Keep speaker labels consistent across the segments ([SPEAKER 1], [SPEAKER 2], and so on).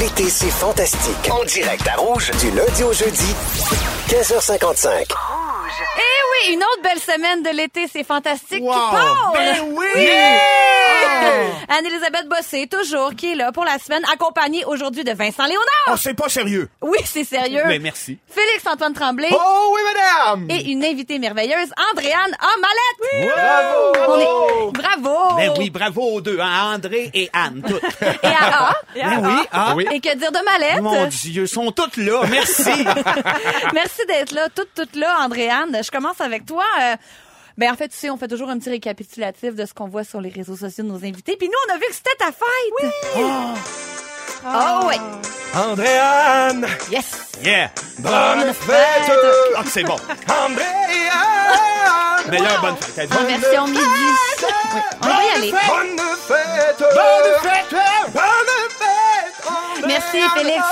[SPEAKER 1] L'été, c'est fantastique. En direct à Rouge, du lundi au jeudi, 15h55.
[SPEAKER 2] Eh oui, une autre belle semaine de l'été, c'est fantastique qui part!
[SPEAKER 3] Ben oui!
[SPEAKER 2] Anne-Elisabeth Bossé, toujours, qui est là pour la semaine, accompagnée aujourd'hui de Vincent Léonard.
[SPEAKER 3] Oh, c'est pas sérieux!
[SPEAKER 2] Oui, c'est sérieux.
[SPEAKER 3] Mais Ben, merci.
[SPEAKER 2] Félix-Antoine Tremblay
[SPEAKER 3] Oh oui, madame!
[SPEAKER 2] et une invitée merveilleuse, Andréane Amalette.
[SPEAKER 3] Bravo!
[SPEAKER 2] On est- Bravo!
[SPEAKER 3] Ben oui, bravo aux deux, hein, André et Anne, toutes.
[SPEAKER 2] Et à A.
[SPEAKER 3] Ben oui, ah,
[SPEAKER 2] Et que dire de Malette?
[SPEAKER 3] Mon Dieu, sont toutes là, merci!
[SPEAKER 2] Merci d'être là, toute, toute là, Andréane. Je commence avec toi. Euh, ben en fait, tu sais, on fait toujours un petit récapitulatif de ce qu'on voit sur les réseaux sociaux de nos invités. Puis nous, on a vu que c'était ta fête. Oui. Oh, oui.
[SPEAKER 4] Andréane,
[SPEAKER 2] Yes.
[SPEAKER 3] Yeah!
[SPEAKER 4] bonne fête!
[SPEAKER 3] Ah, c'est bon.
[SPEAKER 4] Andréane!
[SPEAKER 3] Meilleure bonne fête. à
[SPEAKER 2] En
[SPEAKER 3] vie.
[SPEAKER 2] version midi. Oui, on va y aller.
[SPEAKER 4] Bonne fête!
[SPEAKER 3] Bonne fête!
[SPEAKER 4] Bonne fête! Andréane
[SPEAKER 2] Merci, Félix.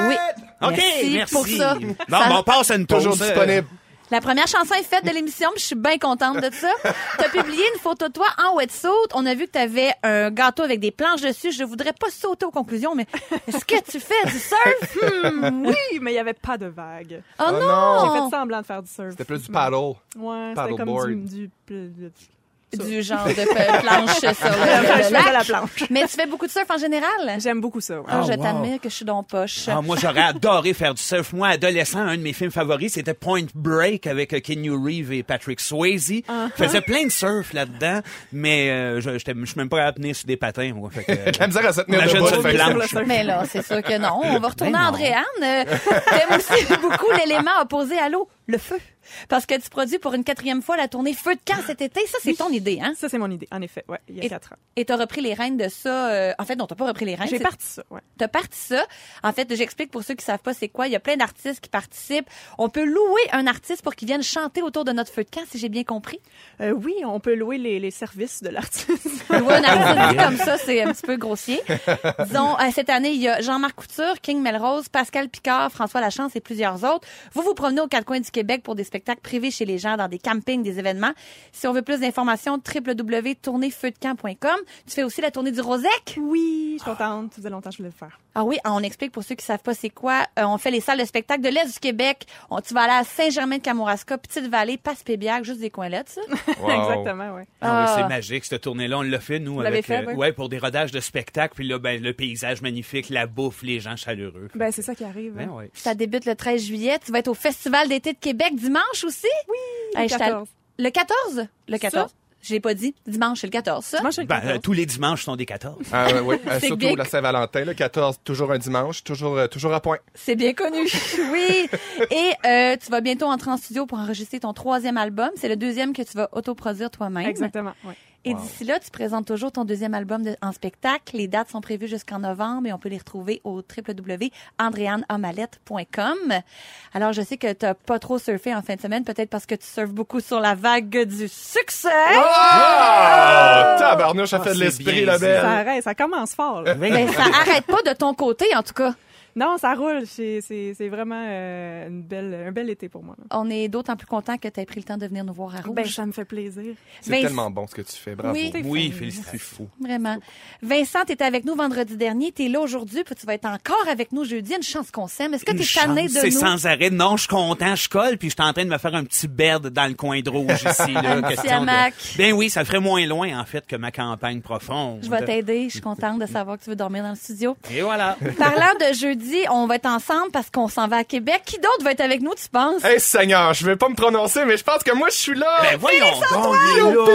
[SPEAKER 2] Oui.
[SPEAKER 3] OK, merci.
[SPEAKER 2] merci pour ça.
[SPEAKER 3] Bon,
[SPEAKER 2] Ça-
[SPEAKER 3] ben, on passe à une pause.
[SPEAKER 4] Toujours disponible.
[SPEAKER 2] La première chanson est faite de l'émission, puis je suis bien contente de ça. T'as publié une photo de toi en wetsuit. On a vu que t'avais un gâteau avec des planches dessus. Je voudrais pas sauter aux conclusions, mais est-ce que tu fais du surf?
[SPEAKER 5] Hmm, oui, mais il n'y avait pas de vague.
[SPEAKER 2] Oh,
[SPEAKER 4] non.
[SPEAKER 5] J'ai
[SPEAKER 2] non!
[SPEAKER 5] fait semblant de faire du surf.
[SPEAKER 4] C'était plus du paddle.
[SPEAKER 5] Ouais, c'était
[SPEAKER 4] paddleboard.
[SPEAKER 5] comme du... du...
[SPEAKER 2] Du genre de pe- planche sur
[SPEAKER 5] Après,
[SPEAKER 2] Ah, le-
[SPEAKER 5] je
[SPEAKER 2] le
[SPEAKER 5] faisais la
[SPEAKER 2] lac.
[SPEAKER 5] planche.
[SPEAKER 2] Mais tu fais beaucoup de surf en général?
[SPEAKER 5] J'aime beaucoup ça. ouais.
[SPEAKER 2] Ah, je
[SPEAKER 3] Oh, wow.
[SPEAKER 2] t'admire que je suis dans poche.
[SPEAKER 3] Ah, moi, j'aurais adoré faire du surf. Moi, adolescent, un de mes films favoris, c'était Point Break avec euh, Keanu Reeves et Patrick Swayze.
[SPEAKER 5] Uh-huh.
[SPEAKER 3] Je faisais plein de surf là-dedans, mais euh, je j'étais- je suis même pas à tenir sur des patins. Moi, fait que, euh,
[SPEAKER 4] La misère à se tenir
[SPEAKER 3] Imagine
[SPEAKER 4] debout.
[SPEAKER 3] sur
[SPEAKER 4] ça fait
[SPEAKER 3] une
[SPEAKER 4] que-
[SPEAKER 3] planche.
[SPEAKER 5] Sur le
[SPEAKER 2] Mais là, c'est sûr que non. On va retourner
[SPEAKER 3] Ben
[SPEAKER 2] à
[SPEAKER 3] non.
[SPEAKER 2] Andréane. Euh, T'aimes aussi beaucoup l'élément opposé à l'eau, le feu. Parce que tu produis pour une quatrième fois la tournée Feu de camp cet été. Ça, c'est ton idée, hein?
[SPEAKER 5] Ça, c'est mon idée, en effet. Ouais, il y a
[SPEAKER 2] Et-
[SPEAKER 5] quatre ans.
[SPEAKER 2] Et t'as repris les rênes de ça. euh, en fait, non, t'as pas repris les rênes.
[SPEAKER 5] J'ai
[SPEAKER 2] c'est-
[SPEAKER 5] parti ça, ouais.
[SPEAKER 2] T'as parti ça. En fait, j'explique pour ceux qui savent pas c'est quoi. Il y a plein d'artistes qui participent. On peut louer un artiste pour qu'il vienne chanter autour de notre feu de camp, si j'ai bien compris.
[SPEAKER 5] Euh, oui, on peut louer les, les services de l'artiste.
[SPEAKER 2] Louer un artiste dit comme ça, c'est un petit peu grossier. Disons, euh, cette année, il y a Jean-Marc Couture, King Melrose, Pascal Picard, François Lachance et plusieurs autres. Vous vous promenez aux quatre coins du Québec pour des spectacles privés chez les gens, dans des campings, des événements. Si on veut plus d'informations, www.tourneefeudecamp.com. Tu fais aussi la tournée du Rosec.
[SPEAKER 5] oui, je suis contente. Ça faisait longtemps que je voulais le faire.
[SPEAKER 2] Ah oui, on explique pour ceux qui savent pas c'est quoi. Euh, on fait les salles de spectacle de l'Est du Québec. On, tu vas aller à Saint-Germain-de-Kamouraska, Petite-Vallée, Passe-Pébiac, juste des coins là, tu sais.
[SPEAKER 4] Wow.
[SPEAKER 5] Exactement, ouais.
[SPEAKER 3] Ah
[SPEAKER 2] Ah.
[SPEAKER 3] oui, c'est magique, cette tournée-là. On l'a fait, nous,
[SPEAKER 5] l'avez
[SPEAKER 3] avec, euh,
[SPEAKER 5] fait, ouais.
[SPEAKER 3] ouais, pour des rodages de spectacle. Puis là, ben, le paysage magnifique, la bouffe, les gens chaleureux.
[SPEAKER 5] Ben, c'est ça qui arrive.
[SPEAKER 3] Ben
[SPEAKER 5] hein.
[SPEAKER 3] ouais.
[SPEAKER 2] Ça débute le 13 juillet. Tu vas être au Festival d'été de Québec dimanche aussi? Oui,
[SPEAKER 5] le 14.
[SPEAKER 2] Le 14? Le 14. Je l'ai pas dit. Dimanche, c'est le 14, ça?
[SPEAKER 5] Moi, je suis
[SPEAKER 3] Ben, euh,
[SPEAKER 5] contente.
[SPEAKER 3] tous les dimanches sont des 14.
[SPEAKER 4] Ah, ouais, ouais. Euh,
[SPEAKER 2] C'est
[SPEAKER 4] Surtout
[SPEAKER 2] big.
[SPEAKER 4] la Saint-Valentin, le 14, toujours un dimanche, toujours, euh, toujours à point.
[SPEAKER 2] C'est bien connu. oui. Et euh, tu vas bientôt entrer en studio pour enregistrer ton troisième album. C'est le deuxième que tu vas autoproduire toi-même.
[SPEAKER 5] Exactement, ouais.
[SPEAKER 2] Et d'ici là, tu présentes toujours ton deuxième album de- en spectacle. Les dates sont prévues jusqu'en novembre et on peut les retrouver au www.andréanneomalette.com. Alors, je sais que tu n'as pas trop surfé en fin de semaine, peut-être parce que tu surfes beaucoup sur la vague du succès.
[SPEAKER 4] Ah! Tabarnouche, ça
[SPEAKER 3] Ah,
[SPEAKER 4] fait de
[SPEAKER 3] c'est
[SPEAKER 4] l'esprit,
[SPEAKER 3] bien,
[SPEAKER 4] la
[SPEAKER 3] ça.
[SPEAKER 5] Ça
[SPEAKER 4] belle.
[SPEAKER 5] arrête, ça commence fort, là.
[SPEAKER 2] Ben, ça arrête pas de ton côté, en tout cas.
[SPEAKER 5] Non, ça roule. C'est c'est- c'est vraiment euh, une belle, un bel été pour moi. là.
[SPEAKER 2] On est d'autant plus content que tu aies pris le temps de venir nous voir à Rouge.
[SPEAKER 5] Ben, ça me fait plaisir.
[SPEAKER 4] C'est
[SPEAKER 2] Vince-
[SPEAKER 4] tellement bon ce que tu fais, bravo.
[SPEAKER 2] Ben, Oui.
[SPEAKER 3] Oui,
[SPEAKER 4] C'est
[SPEAKER 3] félicitations.
[SPEAKER 4] fou.
[SPEAKER 2] Vraiment. Vincent, tu étais avec nous vendredi dernier, tu es là aujourd'hui, puis tu vas être encore avec nous jeudi. Une chance qu'on s'aime. Est-ce que
[SPEAKER 3] Une
[SPEAKER 2] tu es tanné
[SPEAKER 3] chance,
[SPEAKER 2] de
[SPEAKER 3] C'est
[SPEAKER 2] nous?
[SPEAKER 3] sans arrêt. Non, je suis content, je colle, puis je suis en train de me faire un petit bed dans le coin de rouge ici. Là,
[SPEAKER 2] Un petit
[SPEAKER 3] question de-
[SPEAKER 2] hamac.
[SPEAKER 3] Ben oui, ça ferait moins loin, en fait, que ma campagne profonde.
[SPEAKER 2] Je vais t'aider. Je suis contente de savoir que tu veux dormir dans le studio.
[SPEAKER 3] Et voilà. Ben
[SPEAKER 2] Parlant de jeudi, on va être ensemble parce qu'on s'en va à Québec. Qui d'autre va être avec nous, tu penses?
[SPEAKER 4] Hey, Seigneur, je vais pas me prononcer, mais je pense que moi, je suis là.
[SPEAKER 3] ben voyons donc, il est là.
[SPEAKER 4] Youpi!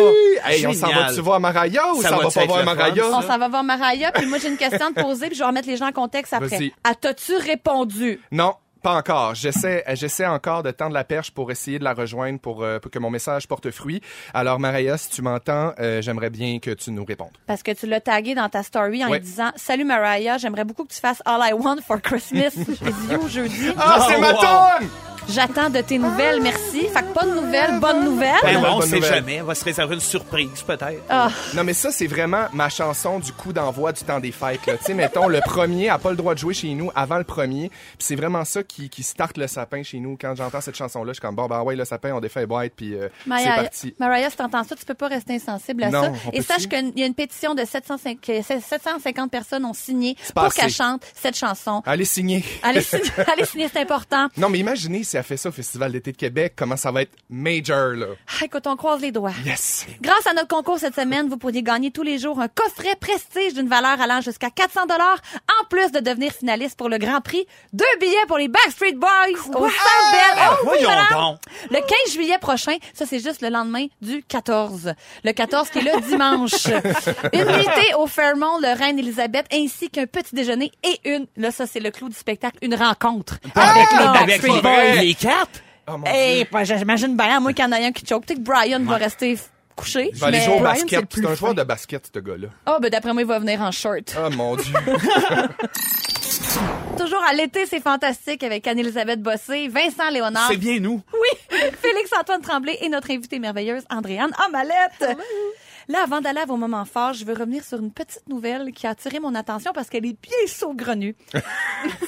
[SPEAKER 4] Hey, on s'en
[SPEAKER 3] Génial.
[SPEAKER 4] va-tu voir Maraya ou
[SPEAKER 3] Ça
[SPEAKER 4] ça, va
[SPEAKER 3] va-tu
[SPEAKER 4] pas
[SPEAKER 3] être
[SPEAKER 4] voir
[SPEAKER 3] le fun,
[SPEAKER 4] Maraya?
[SPEAKER 3] ça?
[SPEAKER 2] On s'en va voir Maraya, puis moi j'ai une question à te poser, puis je vais remettre les gens en contexte après.
[SPEAKER 4] Vas-y.
[SPEAKER 2] À t'as-tu répondu?
[SPEAKER 4] Non, pas encore. J'essaie, euh, j'essaie encore de tendre la perche pour essayer de la rejoindre pour, euh, pour que mon message porte fruit. Alors, Maraya, si tu m'entends, euh, j'aimerais bien que tu nous répondes.
[SPEAKER 2] Parce que tu l'as tagué dans ta story en
[SPEAKER 4] Ouais.
[SPEAKER 2] lui disant Salut Mariah, j'aimerais beaucoup que tu fasses All I Want for Christmas. J'ai dit, Yo, jeudi.
[SPEAKER 4] Ah,
[SPEAKER 3] Oh,
[SPEAKER 4] c'est ma
[SPEAKER 3] wow.
[SPEAKER 4] tonne!
[SPEAKER 2] J'attends de tes nouvelles, merci. Fait que pas de nouvelles, bonne
[SPEAKER 3] Ben,
[SPEAKER 2] nouvelle.
[SPEAKER 3] on ne
[SPEAKER 4] bonne
[SPEAKER 3] sait
[SPEAKER 4] nouvelle.
[SPEAKER 3] jamais. On va se réserver une surprise, peut-être.
[SPEAKER 2] Ah,
[SPEAKER 4] Non, mais ça, c'est vraiment ma chanson du coup d'envoi du temps des fêtes. là. Tu sais, mettons, le premier n'a pas le droit de jouer chez nous avant le premier. Puis c'est vraiment ça qui, qui starte le sapin chez nous. Quand j'entends cette chanson-là, je suis comme, bon, ben ouais, le sapin, on défait les boîtes, puis euh, c'est
[SPEAKER 2] Mariah,
[SPEAKER 4] parti.
[SPEAKER 2] Mariah, si t'entends ça, tu peux pas rester insensible à
[SPEAKER 4] Non,
[SPEAKER 2] ça.
[SPEAKER 4] on
[SPEAKER 2] Et
[SPEAKER 4] peut-tu?
[SPEAKER 2] sache qu'il y a une pétition de 750, que 750 personnes ont signé
[SPEAKER 4] pas
[SPEAKER 2] pour qu'elle
[SPEAKER 4] assez.
[SPEAKER 2] chante cette chanson.
[SPEAKER 4] Allez signer.
[SPEAKER 2] Allez signer, allez signer, c'est important.
[SPEAKER 4] Non, mais imaginez si elle fait ça au Festival d'été de Québec, comment ça va être major, là.
[SPEAKER 2] Ah, écoute, on croise les doigts.
[SPEAKER 4] Yes!
[SPEAKER 2] Grâce à notre concours cette semaine, vous pourriez gagner tous les jours un coffret prestige d'une valeur allant jusqu'à 400 dollars, en plus de devenir finaliste pour le Grand Prix, deux billets pour les Backstreet Boys au Centre Bell.
[SPEAKER 3] Ah,
[SPEAKER 2] Oh oui,
[SPEAKER 3] voyons
[SPEAKER 2] madame.
[SPEAKER 3] donc.
[SPEAKER 2] Le 15 juillet prochain, ça c'est juste le lendemain du 14. Le 14 qui est le dimanche. Une nuitée au Fairmont, le Reine Elisabeth, ainsi qu'un petit déjeuner et une, là ça c'est le clou du spectacle, une rencontre avec les
[SPEAKER 3] Ah,
[SPEAKER 2] Backstreet
[SPEAKER 3] pas
[SPEAKER 2] Boys.
[SPEAKER 3] vrai. les quatre?
[SPEAKER 4] Oh, mon
[SPEAKER 2] Eh, ben, j'imagine bien, à moins qu'il y en ait un qui choke. Tu sais que Brian va rester f- couché.
[SPEAKER 4] Je vais aller
[SPEAKER 2] mais-
[SPEAKER 4] jouer au
[SPEAKER 2] Brian,
[SPEAKER 4] basket.
[SPEAKER 2] le
[SPEAKER 4] C'est
[SPEAKER 2] plus
[SPEAKER 4] un joueur
[SPEAKER 2] fin.
[SPEAKER 4] de basket, ce gars-là.
[SPEAKER 2] Ah, ben d'après moi, il va venir en short.
[SPEAKER 4] Oh mon Dieu.
[SPEAKER 2] Toujours à l'été, c'est fantastique avec Anne-Elisabeth Bossé, Vincent Léonard.
[SPEAKER 3] C'est bien nous.
[SPEAKER 2] Oui, Félix-Antoine Tremblay et notre invitée merveilleuse, Andréane Amalette. Là, avant d'aller à vos moments forts, je veux revenir sur une petite nouvelle qui a attiré mon attention parce qu'elle est bien saugrenue. c'est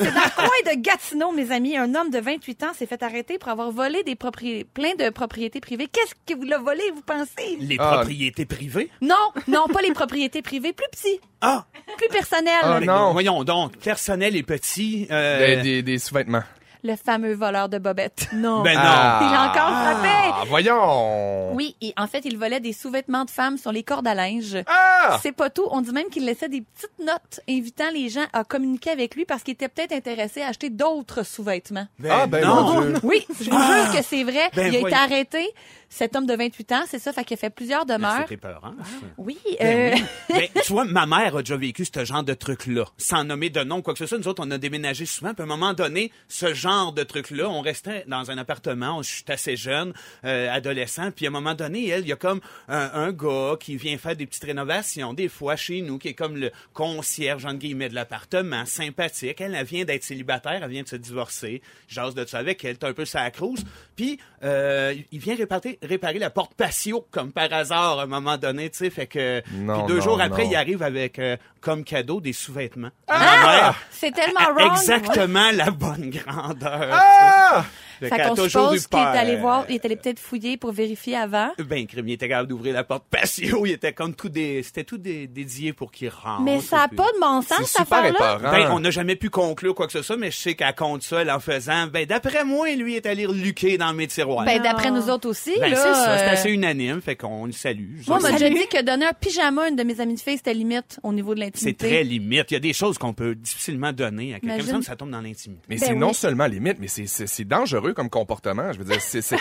[SPEAKER 2] dans le coin de Gatineau, mes amis. Un homme de 28 ans s'est fait arrêter pour avoir volé des propriétés, plein de propriétés privées. Qu'est-ce que vous l'a volé, vous pensez?
[SPEAKER 3] Les
[SPEAKER 4] Ah.
[SPEAKER 3] propriétés privées.
[SPEAKER 2] Non, non, pas les propriétés privées, plus petits,
[SPEAKER 3] Ah,
[SPEAKER 2] plus personnels.
[SPEAKER 4] Ah,
[SPEAKER 3] mais
[SPEAKER 4] non. Ben,
[SPEAKER 3] voyons donc. Personnel et petit. euh,
[SPEAKER 4] Des, des- des sous-vêtements.
[SPEAKER 2] Le fameux voleur de Bobette.
[SPEAKER 5] Non.
[SPEAKER 3] Ben non.
[SPEAKER 2] Il a encore frappé.
[SPEAKER 4] Ah, voyons!
[SPEAKER 2] Oui, et en fait, il volait des sous-vêtements de femmes sur les cordes à linge.
[SPEAKER 4] Ah!
[SPEAKER 2] C'est pas tout. On dit même qu'il laissait des petites notes invitant les gens à communiquer avec lui parce qu'il était peut-être intéressé à acheter d'autres sous-vêtements.
[SPEAKER 3] Ben
[SPEAKER 4] Ah, ben
[SPEAKER 3] non.
[SPEAKER 4] mon Dieu.
[SPEAKER 2] Oui, je vous jure que c'est vrai. il
[SPEAKER 3] Ben
[SPEAKER 2] a été
[SPEAKER 3] voyons.
[SPEAKER 2] arrêté, cet homme de 28 ans, c'est ça, fait qu'il a fait plusieurs demeures.
[SPEAKER 3] C'était peur, hein?
[SPEAKER 2] Oui, euh,
[SPEAKER 3] Ben, tu vois, ma mère a déjà vécu ce genre de truc-là. Sans nommer de nom, quoi que ce soit. Nous autres, on a déménagé souvent. Puis à un moment donné, ce genre de truc-là, on restait dans un appartement. on- Je suis assez jeune, euh, adolescent. Puis à un moment donné, elle, il y a comme un, un gars qui vient faire des petites rénovations, des fois chez nous, qui est comme le concierge, entre guillemets, de l'appartement, sympathique. Elle, elle vient d'être célibataire, elle vient de se divorcer. J'ose de ça avec elle, t'es un peu sa crouse. Puis, euh, il vient réparer, réparer la porte patio, comme par hasard, à un moment donné, tu sais. Fait que,
[SPEAKER 4] Non,
[SPEAKER 3] puis deux
[SPEAKER 4] non,
[SPEAKER 3] jours après,
[SPEAKER 4] non.
[SPEAKER 3] il arrive avec euh, comme cadeau des sous-vêtements.
[SPEAKER 2] Ah! c'est tellement
[SPEAKER 3] Ma mère a
[SPEAKER 2] wrong.
[SPEAKER 3] exactement la bonne grandeur.
[SPEAKER 4] Ah!
[SPEAKER 3] Fait
[SPEAKER 2] Fait
[SPEAKER 3] qu'elle a
[SPEAKER 2] qu'on
[SPEAKER 3] toujours eu
[SPEAKER 2] suppose qu'il est
[SPEAKER 3] peur.
[SPEAKER 2] allé voir, il est allé peut-être fouiller pour vérifier avant.
[SPEAKER 3] Ben, crime, il était capable d'ouvrir la porte patio. Il était comme tout des, c'était tout dé- dédié pour qu'il rentre.
[SPEAKER 2] Mais ça n'a
[SPEAKER 3] Puis-
[SPEAKER 2] pas de bon
[SPEAKER 4] C'est
[SPEAKER 2] sens, cette
[SPEAKER 4] super
[SPEAKER 2] affaire-là.
[SPEAKER 4] épeurant.
[SPEAKER 3] Ben, on n'a jamais pu conclure quoi que ce soit, mais je sais qu'elle compte ça là, en faisant. Ben, d'après moi, lui est allé reluquer dans mes tiroirs.
[SPEAKER 2] Ben, d'après nous autres aussi,
[SPEAKER 3] Ben,
[SPEAKER 2] là.
[SPEAKER 3] c'est ça, c'est
[SPEAKER 2] euh,
[SPEAKER 3] assez unanime, fait qu'on le salue. Je
[SPEAKER 2] Moi, on
[SPEAKER 3] sais
[SPEAKER 2] m'a
[SPEAKER 3] pas.
[SPEAKER 2] déjà dit que donner un pyjama à une de mes amies de filles, c'était limite au niveau de l'intimité.
[SPEAKER 3] c'est très limite. Il y a des choses qu'on peut difficilement donner à quelqu'un. Il me
[SPEAKER 2] Imagine.
[SPEAKER 3] semble que ça tombe dans l'intimité.
[SPEAKER 4] Mais
[SPEAKER 2] Ben
[SPEAKER 4] c'est non
[SPEAKER 2] oui.
[SPEAKER 4] seulement limite, mais c'est- c'est c'est dangereux comme comportement. Je veux dire, c'est. c'est-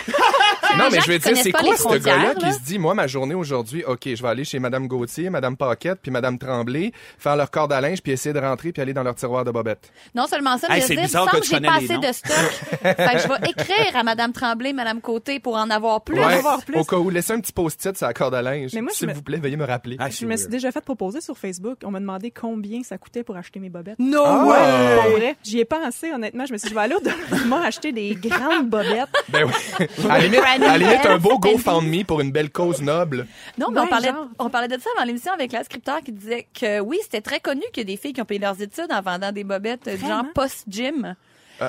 [SPEAKER 4] non, mais
[SPEAKER 2] gens
[SPEAKER 4] je veux
[SPEAKER 2] qui
[SPEAKER 4] dire, c'est
[SPEAKER 2] connaissent pas
[SPEAKER 4] quoi
[SPEAKER 2] les
[SPEAKER 4] ce gars-là
[SPEAKER 2] frontières, là?
[SPEAKER 4] qui se dit, moi, ma journée aujourd'hui, OK, je vais aller chez Madame Gauthier, Madame Paquette, puis Madame Tremblay, faire leur corde à linge, puis essayer de rentrer, puis aller dans leur tiroir de bobette.
[SPEAKER 2] Non seulement ça,
[SPEAKER 3] Hey,
[SPEAKER 2] mais je
[SPEAKER 3] c'est
[SPEAKER 2] veux dire, il
[SPEAKER 3] bizarre
[SPEAKER 2] semble
[SPEAKER 3] que
[SPEAKER 2] que
[SPEAKER 3] tu
[SPEAKER 2] j'ai
[SPEAKER 3] connais
[SPEAKER 2] pas
[SPEAKER 3] les
[SPEAKER 2] assez
[SPEAKER 3] noms.
[SPEAKER 2] de stock. fait que je vais écrire à Madame Tremblay, Madame Côté pour en avoir plus.
[SPEAKER 4] Ouais,
[SPEAKER 5] en avoir plus.
[SPEAKER 4] Au cas où, laissez un petit post-it sur la corde à linge.
[SPEAKER 5] Mais moi, je
[SPEAKER 4] S'il
[SPEAKER 5] me-
[SPEAKER 4] vous plaît, veuillez me rappeler.
[SPEAKER 3] Ah, c'est
[SPEAKER 5] Je me suis
[SPEAKER 3] weird.
[SPEAKER 5] déjà fait proposer sur Facebook. On m'a demandé combien ça coûtait pour acheter mes bobettes.
[SPEAKER 2] No
[SPEAKER 4] Ah!
[SPEAKER 5] Pour vrai, j'y ai pensé, honnêtement. Je me suis dit, je vais aller au Dollarama acheter des grandes bobettes.
[SPEAKER 4] Ben oui. à la limite, à la limite, un beau GoFundMe pour une belle cause noble.
[SPEAKER 2] Non, mais on
[SPEAKER 5] Ouais,
[SPEAKER 2] parlait,
[SPEAKER 5] genre.
[SPEAKER 2] on parlait de ça avant l'émission avec la scripteur qui disait que oui, c'était très connu qu'il y a des filles qui ont payé leurs études en vendant des bobettes euh, du genre post-gym.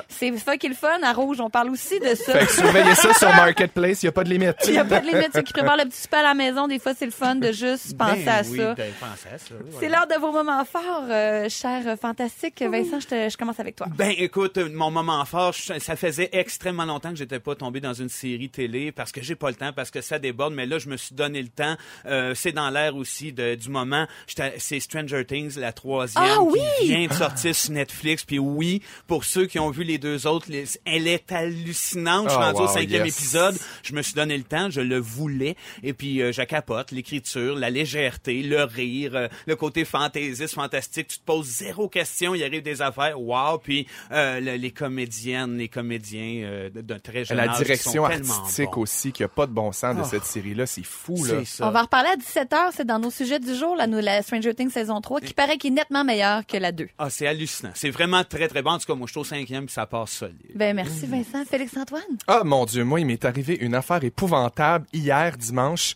[SPEAKER 2] C'est fuck le fun à rouge. On parle aussi de ça.
[SPEAKER 4] Ah. Fait que surveillez ça sur Marketplace, il n'y a pas de limite.
[SPEAKER 2] Il n'y a pas de limite. Ceux qui préparent le petit souper à la maison, des fois, c'est le fun de juste penser
[SPEAKER 3] Ben
[SPEAKER 2] à
[SPEAKER 3] oui,
[SPEAKER 2] ça.
[SPEAKER 3] t'as pensé à ça. oui,
[SPEAKER 2] C'est
[SPEAKER 3] voilà.
[SPEAKER 2] l'heure de vos moments forts, euh, cher euh, fantastique. Vincent, je, te- je commence avec toi.
[SPEAKER 3] Ben écoute, euh, mon moment fort, je- ça faisait extrêmement longtemps que j'étais pas tombé dans une série télé parce que j'ai pas le temps, parce que ça déborde. Mais là, je me suis donné le temps. Euh, c'est dans l'air aussi de- du moment. J'étais- C'est Stranger Things, la troisième,
[SPEAKER 2] Ah oui!
[SPEAKER 3] qui vient de sortir sur Netflix. Puis oui, pour ceux qui ont vu les deux autres, les- elle est hallucinante. Je suis
[SPEAKER 4] Oh,
[SPEAKER 3] rendu au
[SPEAKER 4] wow,
[SPEAKER 3] cinquième
[SPEAKER 4] yes.
[SPEAKER 3] épisode. Je me suis donné le temps, je le voulais. Et puis, euh, je capote l'écriture, la légèreté, le rire, euh, le côté fantaisiste, fantastique. Tu te poses zéro question, il arrive des affaires. Wow! Puis, euh, le- les comédiennes, les comédiens euh, d'un très jeune
[SPEAKER 4] La
[SPEAKER 3] âge qui
[SPEAKER 4] direction
[SPEAKER 3] sont tellement
[SPEAKER 4] artistique
[SPEAKER 3] bons.
[SPEAKER 4] aussi, qui a pas de bon sens de
[SPEAKER 2] Ah.
[SPEAKER 4] cette série-là, c'est fou, là.
[SPEAKER 3] C'est ça.
[SPEAKER 2] On va en reparler à 17h, c'est dans nos sujets du jour, la, nou- la Stranger Things saison 3, qui paraît qu'il est nettement meilleure que la 2.
[SPEAKER 3] Ah, c'est hallucinant. C'est vraiment très, très bon. En tout cas, moi, je suis au cinquième, puis ça part solide.
[SPEAKER 2] Ben merci
[SPEAKER 4] Mmh.
[SPEAKER 2] Vincent. Félix-Antoine?
[SPEAKER 4] Ah mon Dieu, moi, il m'est arrivé une affaire épouvantable hier dimanche.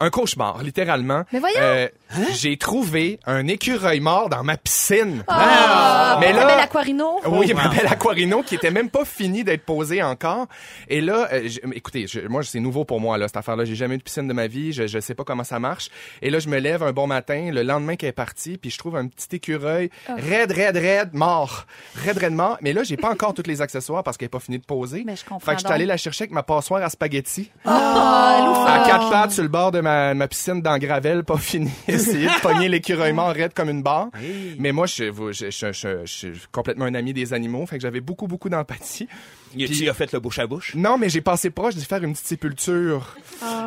[SPEAKER 4] Un cauchemar, littéralement. Euh,
[SPEAKER 2] Mais voyons!
[SPEAKER 4] J'ai trouvé un écureuil mort dans ma piscine.
[SPEAKER 2] Ah!
[SPEAKER 4] Mais
[SPEAKER 2] Mais
[SPEAKER 4] là-
[SPEAKER 2] Aquarino?
[SPEAKER 4] Oui, ma belle Aquarino qui était même pas fini d'être posée encore. Et là, euh, je- écoutez, je- moi c'est nouveau pour moi là cette affaire-là. J'ai jamais eu de piscine de ma vie. Je, je sais pas comment ça marche. Et là, je me lève un bon matin, le lendemain qu'elle est partie, puis je trouve un petit écureuil
[SPEAKER 2] Oh.
[SPEAKER 4] raide, raide, raide, mort, raide, raide mort. Mais là, j'ai pas encore tous les accessoires parce qu'elle est pas finie de poser.
[SPEAKER 2] Mais je comprends
[SPEAKER 4] Fait que je suis allé
[SPEAKER 2] donc.
[SPEAKER 4] la chercher avec ma passoire à spaghetti,
[SPEAKER 2] Ah, loufoque.
[SPEAKER 4] à quatre pattes sur le bord de ma, ma piscine dans Gravel, pas fini. Essayer de pogner l'écureuil mort raide comme une barre. Mais moi, je, vous- je, je, je- je suis complètement un ami des animaux, fait que j'avais beaucoup, beaucoup d'empathie.
[SPEAKER 3] Il
[SPEAKER 4] Puis-
[SPEAKER 3] a fait le bouche à bouche.
[SPEAKER 4] Non, mais j'ai passé proche de faire une petite sépulture.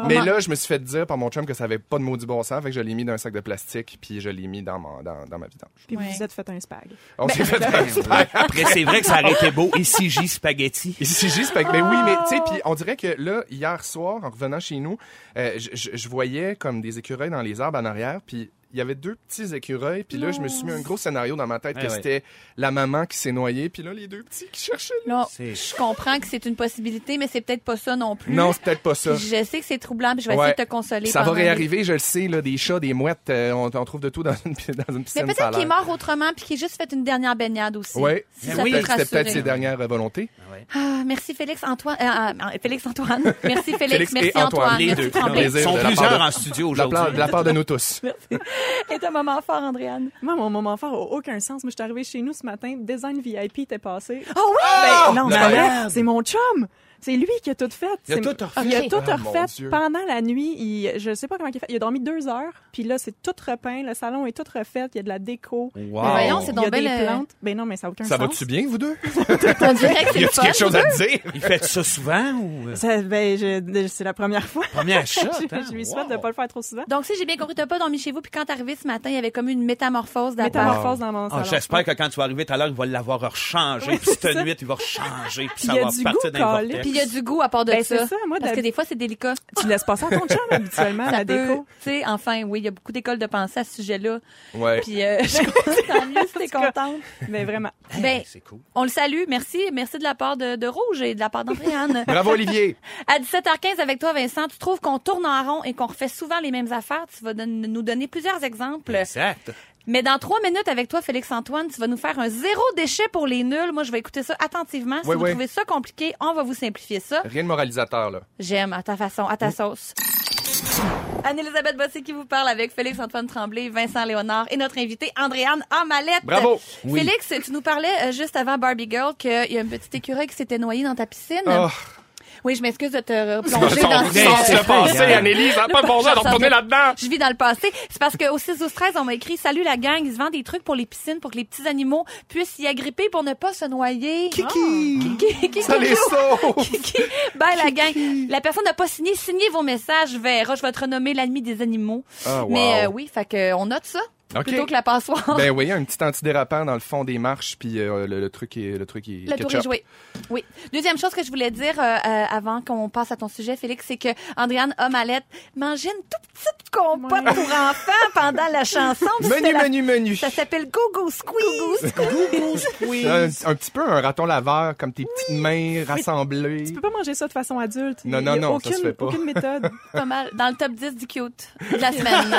[SPEAKER 4] Mais là, je me suis fait dire par mon chum que ça avait pas de maudit bon sens, fait que je l'ai mis dans un sac de plastique, puis je l'ai mis dans, mon, dans, dans ma vidange.
[SPEAKER 5] Puis vous
[SPEAKER 2] Ouais.
[SPEAKER 5] vous êtes fait un spag.
[SPEAKER 4] On s'est fait
[SPEAKER 3] Après, Ben, c'est vrai que ça aurait été beau. Ici, J Spaghetti.
[SPEAKER 4] Et c'est juste, fait que- ben oui, mais tu sais, puis on dirait que là, hier soir, en revenant chez nous, euh, je- je je voyais comme des écureuils dans les arbres en arrière, puis il y avait deux petits écureuils, puis là, je me suis mis un gros scénario dans ma tête
[SPEAKER 3] Ah
[SPEAKER 4] que
[SPEAKER 3] ouais.
[SPEAKER 4] c'était la maman qui s'est noyée, puis là, les deux petits qui cherchaient. le-
[SPEAKER 2] Là,
[SPEAKER 3] C'est-
[SPEAKER 2] je comprends que c'est une possibilité, mais c'est peut-être pas ça non plus.
[SPEAKER 4] Non, c'est peut-être pas ça.
[SPEAKER 2] Puis Je sais que c'est troublant, puis je vais
[SPEAKER 4] Ouais.
[SPEAKER 2] essayer de te consoler.
[SPEAKER 4] Ça va
[SPEAKER 2] pendant les-
[SPEAKER 4] réarriver, je le sais, là, des chats, des mouettes, euh, on, on trouve de tout dans une, dans une
[SPEAKER 2] Mais
[SPEAKER 4] piscine. ça a
[SPEAKER 2] peut-être qu'il est
[SPEAKER 4] l'air.
[SPEAKER 2] mort autrement, puis qu'il a juste fait une dernière baignade aussi.
[SPEAKER 4] Ouais. Ben
[SPEAKER 2] Si
[SPEAKER 3] Mais
[SPEAKER 2] ça
[SPEAKER 3] oui,
[SPEAKER 2] peut te
[SPEAKER 4] C'était peut-être
[SPEAKER 2] rassurer.
[SPEAKER 4] ses dernières euh, volontés.
[SPEAKER 2] Ah, merci Félix Antoine. euh, euh, Félix Antoine. Merci Félix.
[SPEAKER 4] Félix
[SPEAKER 2] merci
[SPEAKER 4] et Antoine.
[SPEAKER 2] Antoine.
[SPEAKER 4] Les
[SPEAKER 2] merci
[SPEAKER 4] deux.
[SPEAKER 2] Tremblay.
[SPEAKER 4] Plaisir
[SPEAKER 3] Ils sont
[SPEAKER 4] de la part
[SPEAKER 3] plusieurs
[SPEAKER 4] de-
[SPEAKER 3] en studio
[SPEAKER 4] De la, part, de
[SPEAKER 3] aujourd'hui.
[SPEAKER 4] la part de nous tous.
[SPEAKER 2] Et un moment fort, Andréane.
[SPEAKER 5] Moi, mon moment fort n'a aucun sens. Moi, je suis arrivée chez nous ce matin, Design VIP était passé.
[SPEAKER 2] Oh oui!
[SPEAKER 5] Ben, non,
[SPEAKER 3] Le
[SPEAKER 5] mais là,
[SPEAKER 3] malade!
[SPEAKER 5] c'est mon chum! C'est lui qui a tout fait.
[SPEAKER 3] Il a
[SPEAKER 5] C'est-
[SPEAKER 3] tout refait.
[SPEAKER 5] Il a
[SPEAKER 2] Ok.
[SPEAKER 5] tout
[SPEAKER 4] Ah, mon
[SPEAKER 5] refait
[SPEAKER 4] Dieu.
[SPEAKER 5] pendant la nuit. Il, je sais pas comment il a fait. Il a dormi deux heures. Puis là, c'est tout repeint. Le salon est tout refait. Il y a de la déco.
[SPEAKER 3] Wow.
[SPEAKER 5] Mais
[SPEAKER 2] voyons, c'est
[SPEAKER 5] il
[SPEAKER 2] donc
[SPEAKER 5] y a des
[SPEAKER 2] bien le-
[SPEAKER 5] plantes. Ben non, mais ça n'a aucun
[SPEAKER 4] Ça
[SPEAKER 5] sens.
[SPEAKER 4] va-tu bien, vous deux?
[SPEAKER 2] On dirait que c'est
[SPEAKER 4] Y
[SPEAKER 2] le
[SPEAKER 4] a-tu
[SPEAKER 2] fun.
[SPEAKER 4] quelque chose à te dire?
[SPEAKER 3] Il fait ça souvent ou euh,
[SPEAKER 5] Ça- ben, je- c'est la première fois.
[SPEAKER 3] premier achat?
[SPEAKER 5] je,
[SPEAKER 3] hein?
[SPEAKER 5] je lui
[SPEAKER 3] Wow.
[SPEAKER 5] souhaite de ne pas le faire trop souvent.
[SPEAKER 2] Donc, si j'ai bien compris, t'as pas dormi chez vous, puis quand t'es arrivé ce matin, il y avait comme une métamorphose d'appart.
[SPEAKER 5] Métamorphose dans mon
[SPEAKER 3] Ah,
[SPEAKER 5] salon.
[SPEAKER 3] J'espère que quand tu vas arriver tout à l'heure, il va l'avoir rechangé.
[SPEAKER 5] Oui,
[SPEAKER 3] puis cette
[SPEAKER 5] c'est ça.
[SPEAKER 3] nuit, il va rechanger. Puis
[SPEAKER 5] Puis
[SPEAKER 3] ça
[SPEAKER 5] il y a
[SPEAKER 3] va
[SPEAKER 5] du
[SPEAKER 3] partir
[SPEAKER 5] goût,
[SPEAKER 3] dans le
[SPEAKER 5] Colin.
[SPEAKER 3] vortex.
[SPEAKER 2] Puis il y a du goût à part de
[SPEAKER 5] Ben, c'est
[SPEAKER 2] ça.
[SPEAKER 5] ça, moi,
[SPEAKER 2] parce
[SPEAKER 5] d'hab-
[SPEAKER 2] que des fois, c'est délicat.
[SPEAKER 5] Tu laisses passer à ton chum habituellement
[SPEAKER 4] Ah,
[SPEAKER 2] Ça
[SPEAKER 5] la
[SPEAKER 2] peut-
[SPEAKER 5] déco.
[SPEAKER 2] Tu sais, enfin, oui, il y a beaucoup d'écoles de pensée à ce sujet-là.
[SPEAKER 4] Ouais.
[SPEAKER 2] Puis euh, je- tant mieux si t'es contente.
[SPEAKER 5] Mais vraiment.
[SPEAKER 2] Ben,
[SPEAKER 3] C'est cool.
[SPEAKER 2] on le salue. Merci. Merci de la part de, de Rouge et de la part d'Andréane.
[SPEAKER 4] Bravo, Olivier.
[SPEAKER 2] à 17h15 avec toi, Vincent, tu trouves qu'on tourne en rond et qu'on refait souvent les mêmes affaires. Tu vas don- nous donner plusieurs exemples.
[SPEAKER 3] Exact.
[SPEAKER 2] Mais dans trois minutes avec toi, Félix-Antoine, tu vas nous faire un zéro déchet pour les nuls. Moi, je vais écouter ça attentivement. Si
[SPEAKER 4] Oui,
[SPEAKER 2] vous
[SPEAKER 4] oui.
[SPEAKER 2] trouvez ça compliqué, on va vous simplifier ça.
[SPEAKER 4] Rien de moralisateur, là.
[SPEAKER 2] J'aime, à ta façon, à ta sauce. Anne-Elisabeth Bossé qui vous parle avec Félix-Antoine Tremblay, Vincent Léonard et notre invité Andréane Amalette.
[SPEAKER 4] Bravo.
[SPEAKER 3] Oui.
[SPEAKER 2] Félix, tu nous parlais euh, juste avant Barbie Girl qu'il y a un petit écureuil qui s'était noyé dans ta piscine.
[SPEAKER 4] Oh.
[SPEAKER 2] Oui, je m'excuse de te replonger
[SPEAKER 4] Son
[SPEAKER 2] dans
[SPEAKER 4] vrai sens
[SPEAKER 2] ce...
[SPEAKER 3] c'est-
[SPEAKER 4] de penser,
[SPEAKER 3] génial.
[SPEAKER 4] Annelise, ça n'a Ah, pas de bon sens de retourner là-dedans.
[SPEAKER 2] Je vis dans le passé. C'est parce qu'au 6 12 13 on m'a écrit Salut la gang, ils se vendent des trucs pour les piscines pour que les petits animaux puissent y agripper pour ne pas se noyer.
[SPEAKER 4] Kiki!
[SPEAKER 2] Kiki, Kiki,
[SPEAKER 4] Ça les
[SPEAKER 2] Kiki.
[SPEAKER 4] sauve!
[SPEAKER 2] Kiki. Bye Ben, la gang. La personne n'a pas signé. Signez vos messages, Vera. Je vais te renommer l'ennemi des animaux.
[SPEAKER 4] Ah, wow.
[SPEAKER 2] Mais euh, oui, fait que on note ça
[SPEAKER 4] OK.
[SPEAKER 2] plutôt que la passoire.
[SPEAKER 4] Ben oui, un petit antidérapant dans le fond des marches, puis euh, le, le truc est le truc est
[SPEAKER 2] Le tour est
[SPEAKER 4] ketchup.
[SPEAKER 2] joué. Oui. Deuxième chose que je voulais dire euh, euh, avant qu'on passe à ton sujet, Félix, c'est que Andréane Homalette mangeait une toute petite compote pour enfants pendant la chanson. Puis c'était
[SPEAKER 4] Menu,
[SPEAKER 2] la-
[SPEAKER 4] menu, menu.
[SPEAKER 2] Ça s'appelle Go Go Squeeze.
[SPEAKER 3] Oui.
[SPEAKER 4] Un, un petit peu un raton laveur, comme tes petites mains rassemblées.
[SPEAKER 5] Tu peux pas manger ça de façon adulte.
[SPEAKER 4] Non,
[SPEAKER 5] Il y
[SPEAKER 4] non,
[SPEAKER 5] a
[SPEAKER 4] non, ça
[SPEAKER 5] aucune,
[SPEAKER 4] se fait pas.
[SPEAKER 5] aucune méthode.
[SPEAKER 2] Pas mal. Dans le top 10 du cute de la semaine.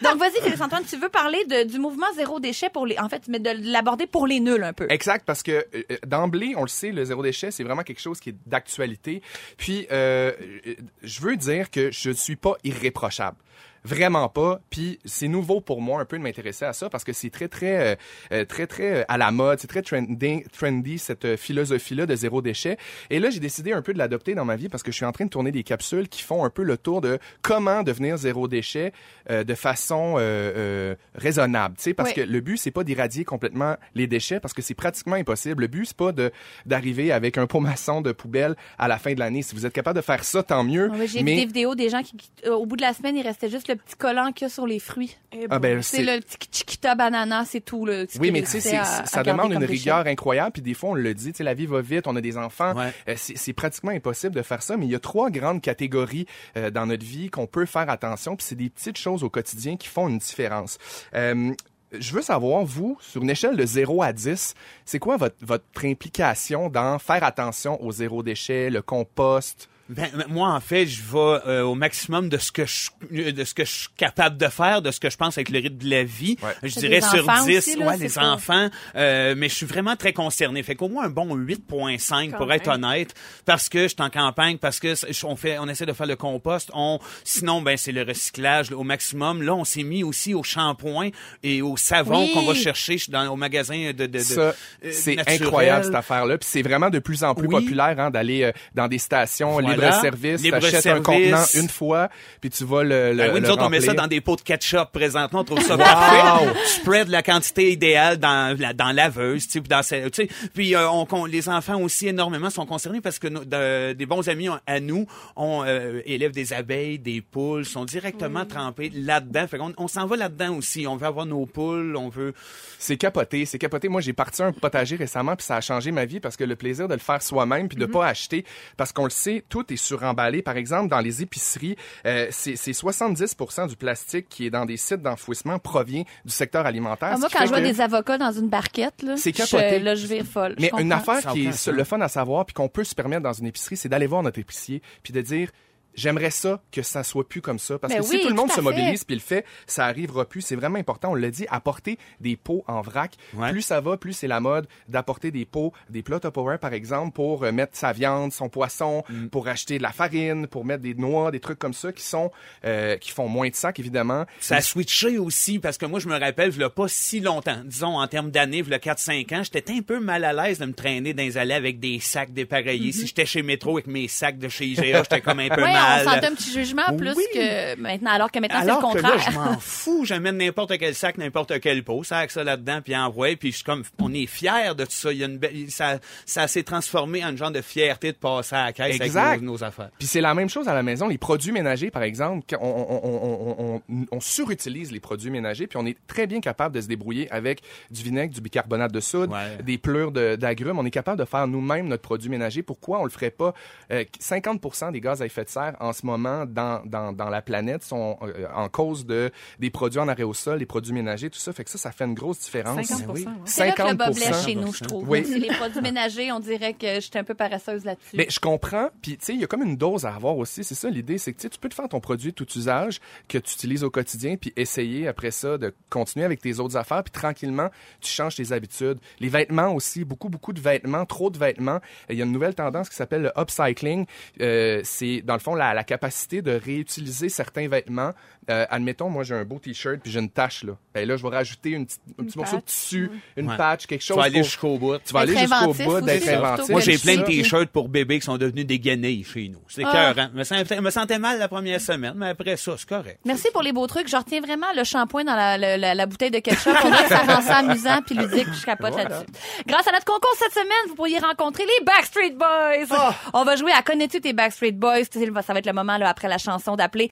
[SPEAKER 2] Donc, vas-y, Félix-Antoine, tu veux parler de- du mouvement zéro déchet pour les. En fait, mais de l'aborder pour les nuls un peu.
[SPEAKER 4] Exact, parce que euh, euh, d'emblée, on le sait, le zéro déchet, c'est vraiment quelque chose qui est d'actualité. Puis, euh, euh, je veux dire que je suis pas irréprochable. Vraiment pas. Puis c'est nouveau pour moi un peu de m'intéresser à ça parce que c'est très très euh, euh, très très euh, à la mode, c'est très trendy, trendy cette euh, philosophie-là de zéro déchet. Et là j'ai décidé un peu de l'adopter dans ma vie parce que je suis en train de tourner des capsules qui font un peu le tour de comment devenir zéro déchet euh, de façon euh, euh, raisonnable. Tu sais parce
[SPEAKER 2] Oui.
[SPEAKER 4] que le but c'est pas d'irradier complètement les déchets parce que c'est pratiquement impossible. Le but c'est pas de d'arriver avec un pot maçon de poubelle à la fin de l'année. Si vous êtes capable de faire ça, tant mieux.
[SPEAKER 2] Ah ouais, J'ai vu des vidéos des gens qui, qui, euh, au bout de la semaine, il restait juste le petit collant qu'il y a sur les fruits.
[SPEAKER 5] Eh
[SPEAKER 4] Ah, ben,
[SPEAKER 2] C'est
[SPEAKER 4] c'est
[SPEAKER 2] le petit chiquita banana, c'est tout. Le, ce
[SPEAKER 4] Oui,
[SPEAKER 2] qui
[SPEAKER 4] mais tu
[SPEAKER 2] restait
[SPEAKER 4] sais, c'est-
[SPEAKER 2] à-
[SPEAKER 4] c'est-
[SPEAKER 2] à
[SPEAKER 4] ça
[SPEAKER 2] garder
[SPEAKER 4] demande
[SPEAKER 2] comme
[SPEAKER 4] une
[SPEAKER 2] déchet.
[SPEAKER 4] rigueur incroyable. Puis des fois, on le dit, tu sais, la vie va vite, on a des enfants.
[SPEAKER 3] Ouais.
[SPEAKER 4] Euh, c'est c'est pratiquement impossible de faire ça. Mais il y a trois grandes catégories euh, dans notre vie qu'on peut faire attention. Puis c'est des petites choses au quotidien qui font une différence. Euh, je veux savoir, vous, sur une échelle de 0 à 10, c'est quoi votre, votre implication dans faire attention au zéro déchet, le compost?
[SPEAKER 3] Ben, ben, moi, en fait, je vais euh, au maximum de ce que je euh, de ce que je suis capable de faire, de ce que je pense avec le rythme de la vie.
[SPEAKER 4] Ouais.
[SPEAKER 3] Je
[SPEAKER 2] Des
[SPEAKER 3] dirais sur
[SPEAKER 2] enfants
[SPEAKER 3] 10,
[SPEAKER 2] aussi, là,
[SPEAKER 3] ouais,
[SPEAKER 2] c'est
[SPEAKER 3] les
[SPEAKER 2] ça.
[SPEAKER 3] enfants. euh, mais je suis vraiment très concerné. Fait qu'au moins un bon 8.5 pour
[SPEAKER 5] Quand
[SPEAKER 3] être
[SPEAKER 5] même.
[SPEAKER 3] honnête, parce que je suis en campagne, parce que c- on fait, on essaie de faire le compost. On, sinon, ben c'est le recyclage là, au maximum. Là, on s'est mis aussi au shampoing et au savon
[SPEAKER 2] Oui.
[SPEAKER 3] qu'on va chercher dans au magasin de, de, de
[SPEAKER 4] Ça,
[SPEAKER 3] euh,
[SPEAKER 4] c'est
[SPEAKER 3] naturel.
[SPEAKER 4] incroyable cette affaire-là. Puis c'est vraiment de plus en plus
[SPEAKER 3] Oui.
[SPEAKER 4] populaire hein, d'aller euh, dans des stations
[SPEAKER 3] Voilà.
[SPEAKER 4] libre-service,
[SPEAKER 3] Libre
[SPEAKER 4] t'achètes un
[SPEAKER 3] service.
[SPEAKER 4] contenant une fois, puis tu vas le, le,
[SPEAKER 3] Ben oui,
[SPEAKER 4] le
[SPEAKER 3] nous autres, on met ça
[SPEAKER 4] remplir.
[SPEAKER 3] dans des pots de ketchup présentement. On trouve ça
[SPEAKER 4] Wow!
[SPEAKER 3] parfait. Spread la quantité idéale dans la, dans la laveuse, tu sais, puis dans ce- tu sais. Puis euh, on, con- les enfants aussi énormément sont concernés parce que nos- de- des bons amis on- à nous, on euh, élève des abeilles, des poules, sont directement trempés là-dedans. Fait qu'on on s'en va là-dedans aussi. On veut avoir nos poules, on veut.
[SPEAKER 4] C'est capoté, c'est capoté. Moi, j'ai parti un potager récemment, puis ça a changé ma vie parce que le plaisir de le faire soi-même, puis de
[SPEAKER 3] Mhm.
[SPEAKER 4] pas acheter, parce qu'on le sait, tout est suremballé. Par exemple, dans les épiceries, euh, c'est c'est 70% du plastique qui est dans des sites d'enfouissement provient du secteur alimentaire.
[SPEAKER 2] Ah,
[SPEAKER 4] ce
[SPEAKER 2] moi,
[SPEAKER 4] qui
[SPEAKER 2] quand
[SPEAKER 4] fait
[SPEAKER 2] je vois
[SPEAKER 4] que-
[SPEAKER 2] des avocats dans une barquette, là,
[SPEAKER 4] C'est
[SPEAKER 2] je-
[SPEAKER 4] capoté.
[SPEAKER 2] là, je vais folle. Je
[SPEAKER 4] Mais une
[SPEAKER 2] comprends.
[SPEAKER 4] affaire
[SPEAKER 3] Ça
[SPEAKER 4] qui
[SPEAKER 3] aucun
[SPEAKER 4] est
[SPEAKER 3] sens.
[SPEAKER 4] le fun à savoir, puis qu'on peut se permettre dans une épicerie, c'est d'aller voir notre épicier, puis de dire. J'aimerais ça que ça soit plus comme ça parce
[SPEAKER 2] Ben
[SPEAKER 4] que
[SPEAKER 2] oui,
[SPEAKER 4] si tout le monde
[SPEAKER 2] tout à
[SPEAKER 4] se
[SPEAKER 2] fait.
[SPEAKER 4] mobilise puis le fait, ça arrivera plus. C'est vraiment important. On l'a dit, apporter des pots en vrac.
[SPEAKER 3] Ouais.
[SPEAKER 4] Plus ça va, plus c'est la mode d'apporter des pots, des plats Tupperware par exemple pour euh, mettre sa viande, son poisson,
[SPEAKER 3] Mm.
[SPEAKER 4] pour acheter de la farine, pour mettre des noix, des trucs comme ça qui sont euh, qui font moins de sac évidemment.
[SPEAKER 3] Ça a switché aussi parce que moi, je me rappelle, il pas si longtemps, disons en termes d'années, il 4-5 ans, j'étais un peu mal à l'aise de me traîner dans les allées avec des sacs
[SPEAKER 4] Mm-hmm.
[SPEAKER 3] dépareillés. Si j'étais chez Métro avec mes sacs de chez IGA, j'étais comme un peu
[SPEAKER 2] Ouais,
[SPEAKER 3] mal.
[SPEAKER 2] on sentait un petit jugement plus
[SPEAKER 3] Oui.
[SPEAKER 2] que maintenant, alors que maintenant, c'est le
[SPEAKER 3] Alors que là,
[SPEAKER 2] contraire.
[SPEAKER 3] je m'en fous, j'amène n'importe quel sac, n'importe quel pot, ça avec ça là-dedans, puis envoie, puis je suis comme, on est fiers de tout ça. Il y a une belle, ça, ça s'est transformé en une genre de fierté de passer à la caisse avec
[SPEAKER 4] Exact.
[SPEAKER 3] nos, nos affaires.
[SPEAKER 4] Puis c'est la même chose à la maison. Les produits ménagers, par exemple, qu'on- on, on- on- on- on surutilise les produits ménagers, puis on est très bien capable de se débrouiller avec du vinaigre, du bicarbonate de soude,
[SPEAKER 3] Ouais.
[SPEAKER 4] des pleurs de- d'agrumes. On est capable de faire nous-mêmes notre produit ménager. Pourquoi on le ferait pas? Euh, 50 des gaz à effet de serre en ce moment dans, dans, dans la planète sont euh, en cause de des produits en arrêt au sol, des produits ménagers, tout ça. Fait que ça, ça fait une grosse différence.
[SPEAKER 5] 50
[SPEAKER 3] Ben oui.
[SPEAKER 5] ouais.
[SPEAKER 2] C'est là que le bas blesse
[SPEAKER 4] 50%.
[SPEAKER 2] chez nous, je trouve.
[SPEAKER 4] Oui.
[SPEAKER 2] C'est les produits ménagers, on dirait que j'étais un peu paresseuse là-dessus.
[SPEAKER 4] Mais je comprends. Puis, tu sais, il y a comme une dose à avoir aussi. C'est ça l'idée. C'est que tu sais, tu peux te faire ton produit de tout usage que tu utilises au quotidien, puis essayer après ça de continuer avec tes autres affaires. Puis tranquillement, tu changes tes habitudes. Les vêtements aussi. Beaucoup, beaucoup de vêtements. Trop de vêtements. Et Il y a une nouvelle tendance qui s'appelle le upcycling. Euh, c'est, dans le fond, la, la capacité de réutiliser certains vêtements. Euh, admettons, moi, j'ai un beau T-shirt, puis j'ai une tache, là. Ben là, je vais rajouter une petite- un petit morceau de
[SPEAKER 5] patch,
[SPEAKER 4] tissu, une
[SPEAKER 3] Ouais.
[SPEAKER 4] patch, quelque chose.
[SPEAKER 3] Tu vas aller
[SPEAKER 4] pour-
[SPEAKER 3] jusqu'au bout.
[SPEAKER 4] tu vas aller
[SPEAKER 2] D'être
[SPEAKER 4] jusqu'au
[SPEAKER 2] inventif
[SPEAKER 4] bout
[SPEAKER 2] aussi,
[SPEAKER 4] d'être
[SPEAKER 2] surtout
[SPEAKER 4] inventif.
[SPEAKER 2] que
[SPEAKER 3] Moi, j'ai plein de
[SPEAKER 2] Ça.
[SPEAKER 3] t-shirts pour bébés qui sont devenus des guenilles chez nous. C'est
[SPEAKER 2] Ah.
[SPEAKER 3] écœurant. Me sentais- me sentais mal la première semaine, mais après ça, c'est correct.
[SPEAKER 2] Merci pour les beaux trucs. Je retiens vraiment le shampoing dans la, la- la- la bouteille de ketchup. On dirait que ça rend ça amusant puis ludique. puis Je capote
[SPEAKER 4] Voilà.
[SPEAKER 2] là-dessus. Grâce à notre concours cette semaine, vous pourriez rencontrer les Backstreet Boys.
[SPEAKER 4] Ah!
[SPEAKER 2] On va jouer à Connais-tu tes Backstreet Boys? C'est le- Ça va être le moment là, après la chanson d'appeler.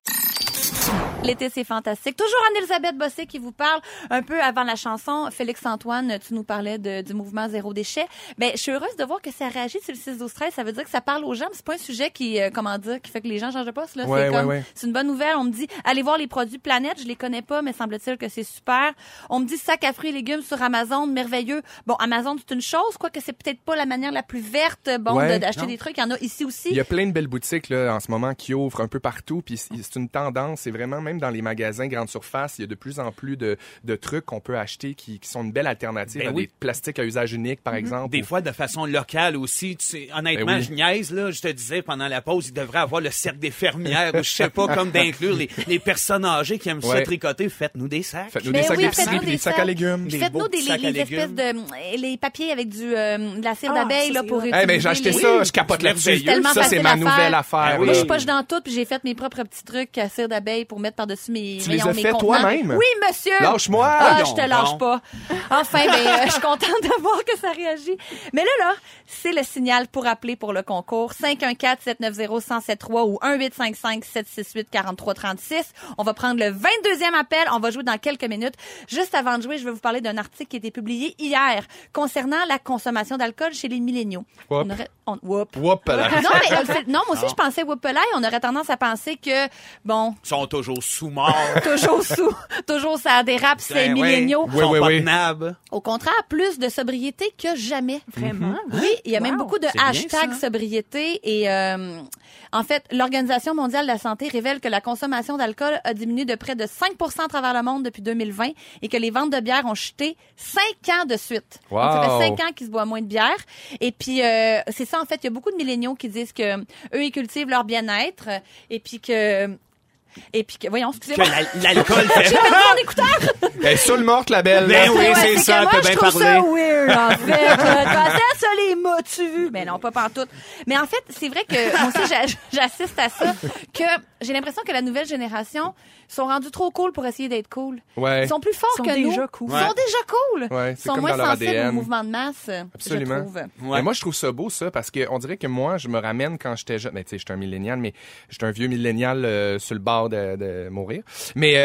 [SPEAKER 2] L'été, c'est fantastique. Toujours Anne-Elisabeth Bossé qui vous parle. Un peu avant la chanson, Félix-Antoine, tu nous parlais de- du mouvement Zéro Déchet. Ben, je suis heureuse de voir que ça réagit sur le 6 12 13 Ça veut dire que ça parle aux gens. mais C'est pas un sujet qui, euh, comment dire, qui fait que les gens changent de poste. Là.
[SPEAKER 4] Ouais,
[SPEAKER 2] c'est
[SPEAKER 4] ouais,
[SPEAKER 2] comme,
[SPEAKER 4] ouais.
[SPEAKER 2] c'est une bonne nouvelle. On me dit, allez voir les produits Planète. Je les connais pas, mais semble-t-il que c'est super. On me dit sac à fruits et légumes sur Amazon, merveilleux. Bon, Amazon, c'est une chose, quoi que c'est peut-être pas la manière la plus verte, bon,
[SPEAKER 4] Ouais,
[SPEAKER 2] de- d'acheter
[SPEAKER 3] non.
[SPEAKER 2] des trucs. Il y en a ici aussi.
[SPEAKER 4] Il y a plein de belles boutiques là, en ce moment qui ouvrent un peu partout, puis c'est c'est une tendance. C'est vraiment même dans les magasins grande surface, il y a de plus en plus de, de trucs qu'on peut acheter qui, qui sont une belle alternative
[SPEAKER 3] Ben
[SPEAKER 4] à
[SPEAKER 3] oui.
[SPEAKER 4] des plastiques à usage unique, par exemple.
[SPEAKER 3] Des
[SPEAKER 4] ou-
[SPEAKER 3] fois, de façon locale aussi. Tu sais, honnêtement,
[SPEAKER 4] Ben oui.
[SPEAKER 3] je niaise, là. Je te disais, pendant la pause, il devrait avoir le cercle des fermières ou je sais pas, comme d'inclure les, les personnes âgées qui aiment ça
[SPEAKER 4] Ouais.
[SPEAKER 3] tricoter. Faites-nous des sacs.
[SPEAKER 4] Faites-nous
[SPEAKER 2] Mais
[SPEAKER 4] des sacs
[SPEAKER 2] oui,
[SPEAKER 4] d'épicerie
[SPEAKER 2] faites-nous
[SPEAKER 4] puis
[SPEAKER 2] des
[SPEAKER 4] des sacs à
[SPEAKER 2] sacs.
[SPEAKER 4] légumes.
[SPEAKER 3] Des
[SPEAKER 2] Faites-nous
[SPEAKER 3] beaux
[SPEAKER 2] des
[SPEAKER 3] petits sacs à
[SPEAKER 2] les espèces
[SPEAKER 3] légumes.
[SPEAKER 2] de les papiers avec du euh, de la cire
[SPEAKER 5] Ah,
[SPEAKER 2] d'abeille
[SPEAKER 5] ça,
[SPEAKER 2] là
[SPEAKER 5] c'est
[SPEAKER 2] pour
[SPEAKER 5] vrai.
[SPEAKER 4] Eh
[SPEAKER 5] Eh
[SPEAKER 2] réutiliser
[SPEAKER 4] ben j'ai acheté
[SPEAKER 2] les-
[SPEAKER 4] ça, je capote là-dessus.
[SPEAKER 3] merveilleux.
[SPEAKER 2] Tellement
[SPEAKER 4] Ça c'est
[SPEAKER 2] facile
[SPEAKER 4] ma
[SPEAKER 2] à faire. Ben
[SPEAKER 4] nouvelle affaire.
[SPEAKER 3] Ah
[SPEAKER 2] Moi,
[SPEAKER 3] oui.
[SPEAKER 2] je suis poche dans tout, puis j'ai fait mes propres petits trucs à cire d'abeille pour mettre par-dessus mes
[SPEAKER 4] Tu les
[SPEAKER 2] rayons,
[SPEAKER 4] as
[SPEAKER 2] mes
[SPEAKER 4] fait
[SPEAKER 2] contenants.
[SPEAKER 4] toi-même?
[SPEAKER 2] Oui, monsieur!
[SPEAKER 4] Lâche-moi!
[SPEAKER 2] Ah,
[SPEAKER 3] Voyons
[SPEAKER 2] je te lâche
[SPEAKER 3] donc.
[SPEAKER 2] pas. Enfin, ben, euh, je suis contente de voir que ça réagit. Mais là, là, c'est le signal pour appeler pour le concours. 514-790-1073 ou 1855-768-4336. On va prendre le 22e appel. On va jouer dans quelques minutes. Juste avant de jouer, je vais vous parler d'un article qui a été publié hier concernant la consommation d'alcool chez les milléniaux.
[SPEAKER 4] Whoop.
[SPEAKER 2] On aurait- on- whoop.
[SPEAKER 4] Whoop, là.
[SPEAKER 2] Non, mais euh, le fait- non, moi aussi, je pensais Whoopelay. On aurait tendance à penser que, bon,
[SPEAKER 3] Ils sont toujours sous-mort.
[SPEAKER 2] toujours sous, toujours ça dérape, c'est
[SPEAKER 3] Ben
[SPEAKER 2] milléniaux.
[SPEAKER 3] Oui, oui,
[SPEAKER 4] oui, oui.
[SPEAKER 3] oui.
[SPEAKER 2] Au contraire, plus de sobriété que jamais.
[SPEAKER 5] Vraiment?
[SPEAKER 4] Mhm.
[SPEAKER 2] Oui, il y a même
[SPEAKER 5] Wow.
[SPEAKER 2] beaucoup de
[SPEAKER 3] Hein? C'est bien,
[SPEAKER 2] hashtags
[SPEAKER 3] ça.
[SPEAKER 2] sobriété et euh, en fait, l'Organisation mondiale de la santé révèle que la consommation d'alcool a diminué de près de 5 à travers le monde depuis 2020 et que les ventes de bière ont chuté 5 ans de suite.
[SPEAKER 4] Wow.
[SPEAKER 2] Donc, ça fait 5 ans qu'ils se boivent moins de bière et puis euh, c'est ça en fait, il y a beaucoup de milléniaux qui disent que euh, eux ils cultivent leur bien-être euh, et puis que et puis que voyons,
[SPEAKER 3] Que
[SPEAKER 2] excusez-moi.
[SPEAKER 3] la- l'alcool fait.
[SPEAKER 2] J'ai perdu mon écouteur.
[SPEAKER 4] Elle est sur Ben, le morte, la belle.
[SPEAKER 3] Ben oui,
[SPEAKER 2] Ouais,
[SPEAKER 3] c'est
[SPEAKER 2] que
[SPEAKER 3] ça,
[SPEAKER 2] moi,
[SPEAKER 3] t'as
[SPEAKER 2] je
[SPEAKER 3] bien
[SPEAKER 2] trouve
[SPEAKER 3] parlé.
[SPEAKER 2] ça weird, en fait. Quand ça, les m'as-tu vu? Mais Ben non, pas pantoute. Mais en fait, c'est vrai que, moi aussi, j'a- j'assiste à ça, que j'ai l'impression que la nouvelle génération sont rendus trop cool pour essayer d'être cool.
[SPEAKER 4] Ouais.
[SPEAKER 2] Ils sont plus forts
[SPEAKER 5] Ils sont
[SPEAKER 2] que nous.
[SPEAKER 5] déjà cool.
[SPEAKER 2] Ils
[SPEAKER 3] Ouais.
[SPEAKER 2] sont déjà cool.
[SPEAKER 4] Ouais,
[SPEAKER 2] Ils
[SPEAKER 4] c'est
[SPEAKER 2] sont
[SPEAKER 4] comme
[SPEAKER 2] moins
[SPEAKER 4] dans leur
[SPEAKER 2] sensibles
[SPEAKER 4] ADN.
[SPEAKER 2] au mouvement de masse, je
[SPEAKER 4] Absolument.
[SPEAKER 2] trouve.
[SPEAKER 4] Mais moi, je trouve ça beau, ça, parce que on dirait que moi, je me ramène quand j'étais jeune. Mais tu sais, j'étais un millénial, mais j'étais un vieux millénial euh, sur le bord de, de mourir. Mais euh,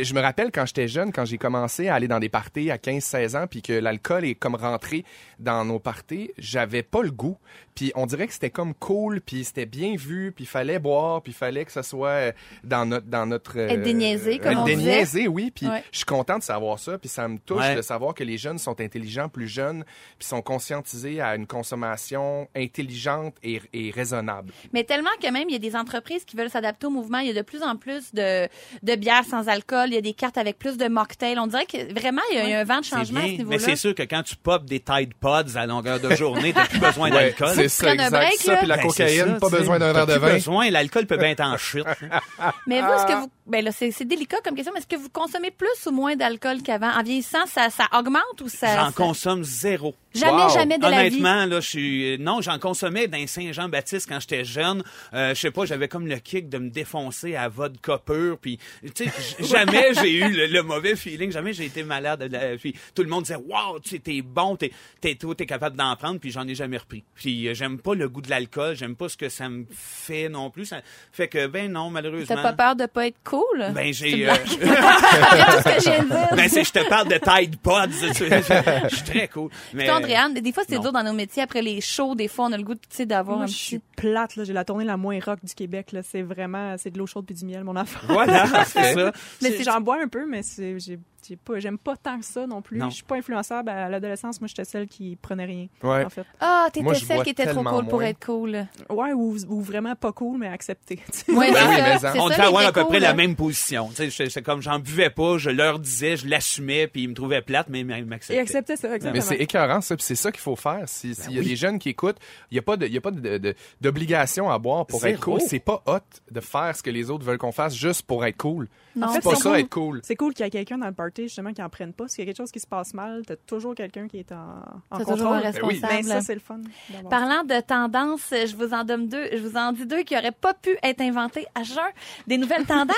[SPEAKER 4] euh, je me rappelle quand j'étais jeune, quand j'ai commencé à aller dans des parties à 15-16 ans, puis que l'alcool est comme rentré dans nos parties, j'avais pas le goût. Puis on dirait que c'était comme cool, puis c'était bien vu, puis fallait boire, puis fallait que ça soit euh, dans notre... Dans notre euh,
[SPEAKER 2] Être déniaisé, comme
[SPEAKER 4] être
[SPEAKER 2] on disait.
[SPEAKER 4] déniaisé, oui. Puis
[SPEAKER 2] Ouais.
[SPEAKER 4] je suis content de savoir ça, puis ça me touche
[SPEAKER 3] Ouais.
[SPEAKER 4] de savoir que les jeunes sont intelligents, plus jeunes, puis sont conscientisés à une consommation intelligente et, et raisonnable.
[SPEAKER 2] Mais tellement que même, il y a des entreprises qui veulent s'adapter au mouvement. Il y a de plus en plus de, de bières sans alcool. Il y a des cartes avec plus de mocktails. On dirait que vraiment, il y a eu un vent de
[SPEAKER 3] C'est
[SPEAKER 2] changement à ce
[SPEAKER 3] bien,
[SPEAKER 2] niveau-là.
[SPEAKER 3] mais c'est sûr que quand tu popes des Tide Pods à longueur de journée, t'as plus besoin
[SPEAKER 4] Ouais,
[SPEAKER 3] d'alcool.
[SPEAKER 4] c'est
[SPEAKER 2] prends
[SPEAKER 4] ça,
[SPEAKER 2] un
[SPEAKER 4] exact.
[SPEAKER 2] break,
[SPEAKER 4] ça,
[SPEAKER 2] là.
[SPEAKER 4] puis la
[SPEAKER 3] Ben,
[SPEAKER 4] cocaïne,
[SPEAKER 3] c'est ça,
[SPEAKER 4] pas
[SPEAKER 3] tu sais.
[SPEAKER 4] besoin d'un
[SPEAKER 3] T'as
[SPEAKER 4] verre de
[SPEAKER 3] plus
[SPEAKER 4] vin.
[SPEAKER 3] besoin, l'alcool peut bien être en chute. hein.
[SPEAKER 2] Mais vous, est-ce que vous. Ben là, c'est c'est délicat comme question, mais est-ce que vous consommez plus ou moins d'alcool qu'avant? En vieillissant, ça, ça augmente ou ça.
[SPEAKER 3] J'en
[SPEAKER 2] ça-
[SPEAKER 3] consomme zéro.
[SPEAKER 2] Jamais,
[SPEAKER 4] Wow.
[SPEAKER 2] jamais de la vie.
[SPEAKER 3] Honnêtement, là, je suis. Non, j'en consommais d'un Saint-Jean-Baptiste quand j'étais jeune. Euh, je sais pas, j'avais comme le kick de me défoncer à vodka pur. Puis, tu sais, j- jamais j'ai eu le, le mauvais feeling. Jamais j'ai été malade. de la- Puis tout le monde disait, wow, tu sais, t'es bon, t'es t'es toi, t'es capable d'en prendre. Puis j'en ai jamais repris. Puis euh, j'aime pas le goût de l'alcool. J'aime pas ce que ça me fait non plus. Ça fait que, ben non, malheureusement.
[SPEAKER 2] T'as pas peur de pas être cool? C'est
[SPEAKER 3] Ben j'ai.
[SPEAKER 2] une
[SPEAKER 3] euh,
[SPEAKER 2] blague. Après tout ce que je viens de dire.
[SPEAKER 3] ben, si je te parle de Tide Pods, tu sais, je je suis très cool. Mais...
[SPEAKER 2] Toi, Andréane, des fois, c'est
[SPEAKER 3] euh, Non.
[SPEAKER 2] dur dans nos métiers. Après les shows, des fois, on a le goût tu sais, d'avoir
[SPEAKER 5] Moi,
[SPEAKER 2] un
[SPEAKER 5] je
[SPEAKER 2] petit.
[SPEAKER 5] suis plate. là. J'ai la tournée la moins rock du Québec. là. C'est vraiment... C'est de l'eau chaude puis du miel, mon enfant.
[SPEAKER 3] Voilà, c'est ça.
[SPEAKER 5] Mais
[SPEAKER 2] C'est-
[SPEAKER 5] j'en bois un peu, mais c'est- j'ai- j'ai pas- j'aime pas tant que ça non plus.
[SPEAKER 3] Non.
[SPEAKER 5] Je suis pas influençable. À l'adolescence, moi, j'étais celle qui prenait rien,
[SPEAKER 4] Ouais.
[SPEAKER 5] en fait.
[SPEAKER 2] Ah,
[SPEAKER 4] Moi,
[SPEAKER 2] t'étais
[SPEAKER 4] je
[SPEAKER 2] celle
[SPEAKER 4] bois
[SPEAKER 2] qui était trop
[SPEAKER 4] tellement
[SPEAKER 2] cool pour
[SPEAKER 4] moins.
[SPEAKER 2] être cool.
[SPEAKER 5] Ouais, ou, ou vraiment pas cool, mais accepté. tu sais.
[SPEAKER 2] Ouais,
[SPEAKER 4] Ben oui, mais
[SPEAKER 2] c'est ça.
[SPEAKER 4] ça,
[SPEAKER 2] c'est
[SPEAKER 3] on
[SPEAKER 2] ça,
[SPEAKER 3] devait
[SPEAKER 2] les
[SPEAKER 3] avoir à
[SPEAKER 2] vrais
[SPEAKER 3] peu près
[SPEAKER 2] cool.
[SPEAKER 3] la même position. Tu sais, j'étais- j'étais comme j'en buvais pas, je leur disais, je l'assumais, puis ils me trouvaient plate, mais ils
[SPEAKER 5] Et
[SPEAKER 3] m'acceptaient.
[SPEAKER 5] accepter ça,
[SPEAKER 4] Mais
[SPEAKER 5] exactement.
[SPEAKER 4] c'est écœurant, ça, puis c'est ça qu'il faut faire.
[SPEAKER 3] Ben
[SPEAKER 4] Si- S'il y a des jeunes qui écoutent, il n'y a pas de- il y a pas de- de- d'obligation à boire pour être
[SPEAKER 3] Zéro.
[SPEAKER 4] cool. C'est pas hot de faire ce que les autres veulent qu'on fasse juste pour être cool.
[SPEAKER 2] Non,
[SPEAKER 4] C'est
[SPEAKER 5] c'est
[SPEAKER 4] pas
[SPEAKER 5] cool.
[SPEAKER 4] ça, être cool.
[SPEAKER 5] C'est cool qu'il y ait quelqu'un dans le party justement qui en prenne pas. S'il y a quelque chose qui se passe mal, t'as toujours quelqu'un qui est en, en
[SPEAKER 2] T'as
[SPEAKER 5] contrôle.
[SPEAKER 2] toujours un
[SPEAKER 5] Ben oui.
[SPEAKER 2] responsable.
[SPEAKER 5] Ben, ça, c'est le fun. d'avoir ça.
[SPEAKER 2] Parlant de tendances, je vous en donne deux. Je vous en dis deux qui n'auraient pas pu être inventées à jeun. Des nouvelles tendances.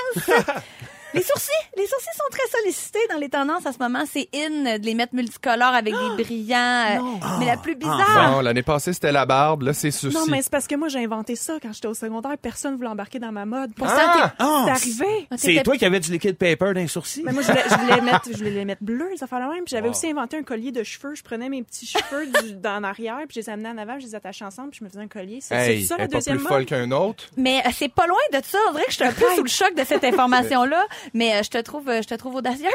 [SPEAKER 2] les sourcils. Les sourcils sont très sollicités dans les tendances en ce moment. C'est in de les mettre multicolores avec des brillants. euh, Mais la plus bizarre.
[SPEAKER 4] Bon, l'année passée, c'était la barbe. Là, c'est ceci.
[SPEAKER 5] Ah! Non, mais c'est parce que moi, j'ai inventé ça quand j'étais au secondaire. Personne voulait embarquer dans ma mode. Pour ça,
[SPEAKER 4] Ah!
[SPEAKER 3] Ah,
[SPEAKER 5] c'est arrivé.
[SPEAKER 3] C'est toi qui avais du liquid paper dans les sourcils?
[SPEAKER 5] Mais moi, je voulais, je voulais mettre, je voulais les mettre bleus, les affaires de même. Puis j'avais aussi inventé un collier de cheveux. Je prenais mes petits cheveux du- d'en arrière, puis je les amenais en avant, je les attachais ensemble, puis je me faisais un collier. C'est c'est
[SPEAKER 4] Hey,
[SPEAKER 5] ça
[SPEAKER 4] elle
[SPEAKER 5] la
[SPEAKER 4] est pas
[SPEAKER 5] deuxième
[SPEAKER 4] plus
[SPEAKER 5] mode.
[SPEAKER 4] folle qu'un autre.
[SPEAKER 2] Mais euh, c'est pas loin de ça. On dirait que je suis un peu sous le choc de cette information-là. Mais euh, je te trouve, euh, je te trouve audacieuse.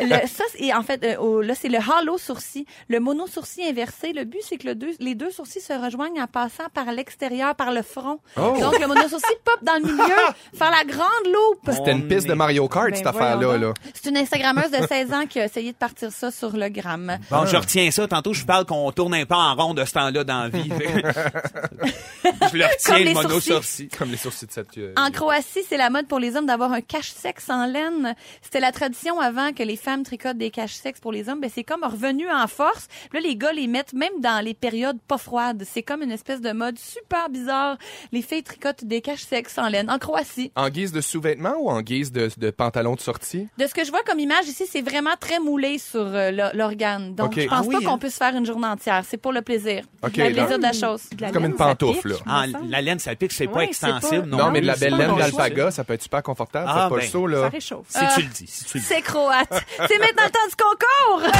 [SPEAKER 2] le, ça, c'est- en fait, euh, au- là, c'est le halo sourcil, le mono sourcil inversé. Le but, c'est que le deux- les deux sourcils se rejoignent en passant par l'extérieur, par le front.
[SPEAKER 4] Oh.
[SPEAKER 2] Donc, le mono sourcil pop dans le milieu, faire la grande loupe.
[SPEAKER 4] C'était
[SPEAKER 3] On
[SPEAKER 4] une piste de
[SPEAKER 3] est-
[SPEAKER 4] Mario Kart,
[SPEAKER 5] Ben,
[SPEAKER 4] cette
[SPEAKER 5] voyons
[SPEAKER 4] affaire-là.
[SPEAKER 5] donc.
[SPEAKER 4] Là.
[SPEAKER 2] C'est une Instagrammeuse de 16 ans qui a essayé de partir ça sur le gramme.
[SPEAKER 3] Bon, je retiens ça. Tantôt, je parle qu'on tourne un pas en rond de ce temps-là dans la vie. je le
[SPEAKER 2] Comme
[SPEAKER 3] retiens,
[SPEAKER 2] les
[SPEAKER 3] le mono
[SPEAKER 2] sourcils.
[SPEAKER 3] sourcil.
[SPEAKER 4] Comme les sourcils de cette... euh,
[SPEAKER 2] En Croatie, c'est la mode pour les hommes d'avoir un cache-sexe en laine. C'était la tradition avant que les femmes tricotent des cache-sexes pour les hommes. Ben, c'est comme revenu en force. Puis Là, les gars les mettent même dans les périodes pas froides. C'est comme une espèce de mode super bizarre. Les filles tricotent des cache-sexes en laine. En Croatie.
[SPEAKER 4] En guise de sous-vêtements ou en guise de, de pantalon de sortie?
[SPEAKER 2] De ce que je vois comme image ici, c'est vraiment très moulé sur euh, l'o- l'organe. Donc,
[SPEAKER 4] Ok.
[SPEAKER 2] je pense
[SPEAKER 3] Ah oui,
[SPEAKER 2] pas qu'on
[SPEAKER 3] hein?
[SPEAKER 2] puisse faire une journée entière. C'est pour le plaisir.
[SPEAKER 4] Ok,
[SPEAKER 2] le plaisir
[SPEAKER 4] donc-
[SPEAKER 2] de la chose.
[SPEAKER 5] De la
[SPEAKER 4] Comme
[SPEAKER 5] laine,
[SPEAKER 4] une
[SPEAKER 5] ça
[SPEAKER 4] pantoufle,
[SPEAKER 5] pique,
[SPEAKER 4] là.
[SPEAKER 5] il me
[SPEAKER 3] Ah,
[SPEAKER 5] semble.
[SPEAKER 3] la laine, ça pique, c'est pas
[SPEAKER 5] Ouais, c'est pas-
[SPEAKER 3] extensible.
[SPEAKER 4] Non,
[SPEAKER 5] Non,
[SPEAKER 4] Ah
[SPEAKER 3] non,
[SPEAKER 4] mais de la
[SPEAKER 5] oui, c'est
[SPEAKER 4] belle
[SPEAKER 5] pas
[SPEAKER 4] laine
[SPEAKER 5] bon
[SPEAKER 4] d'alpaga, ça peut être super confortable.
[SPEAKER 3] Ah,
[SPEAKER 4] c'est pas
[SPEAKER 3] ben,
[SPEAKER 4] le saut,
[SPEAKER 5] Ça
[SPEAKER 4] là.
[SPEAKER 5] réchauffe.
[SPEAKER 3] Si tu le dis, si tu le dis.
[SPEAKER 2] C'est croate. C'est maintenant le temps du concours!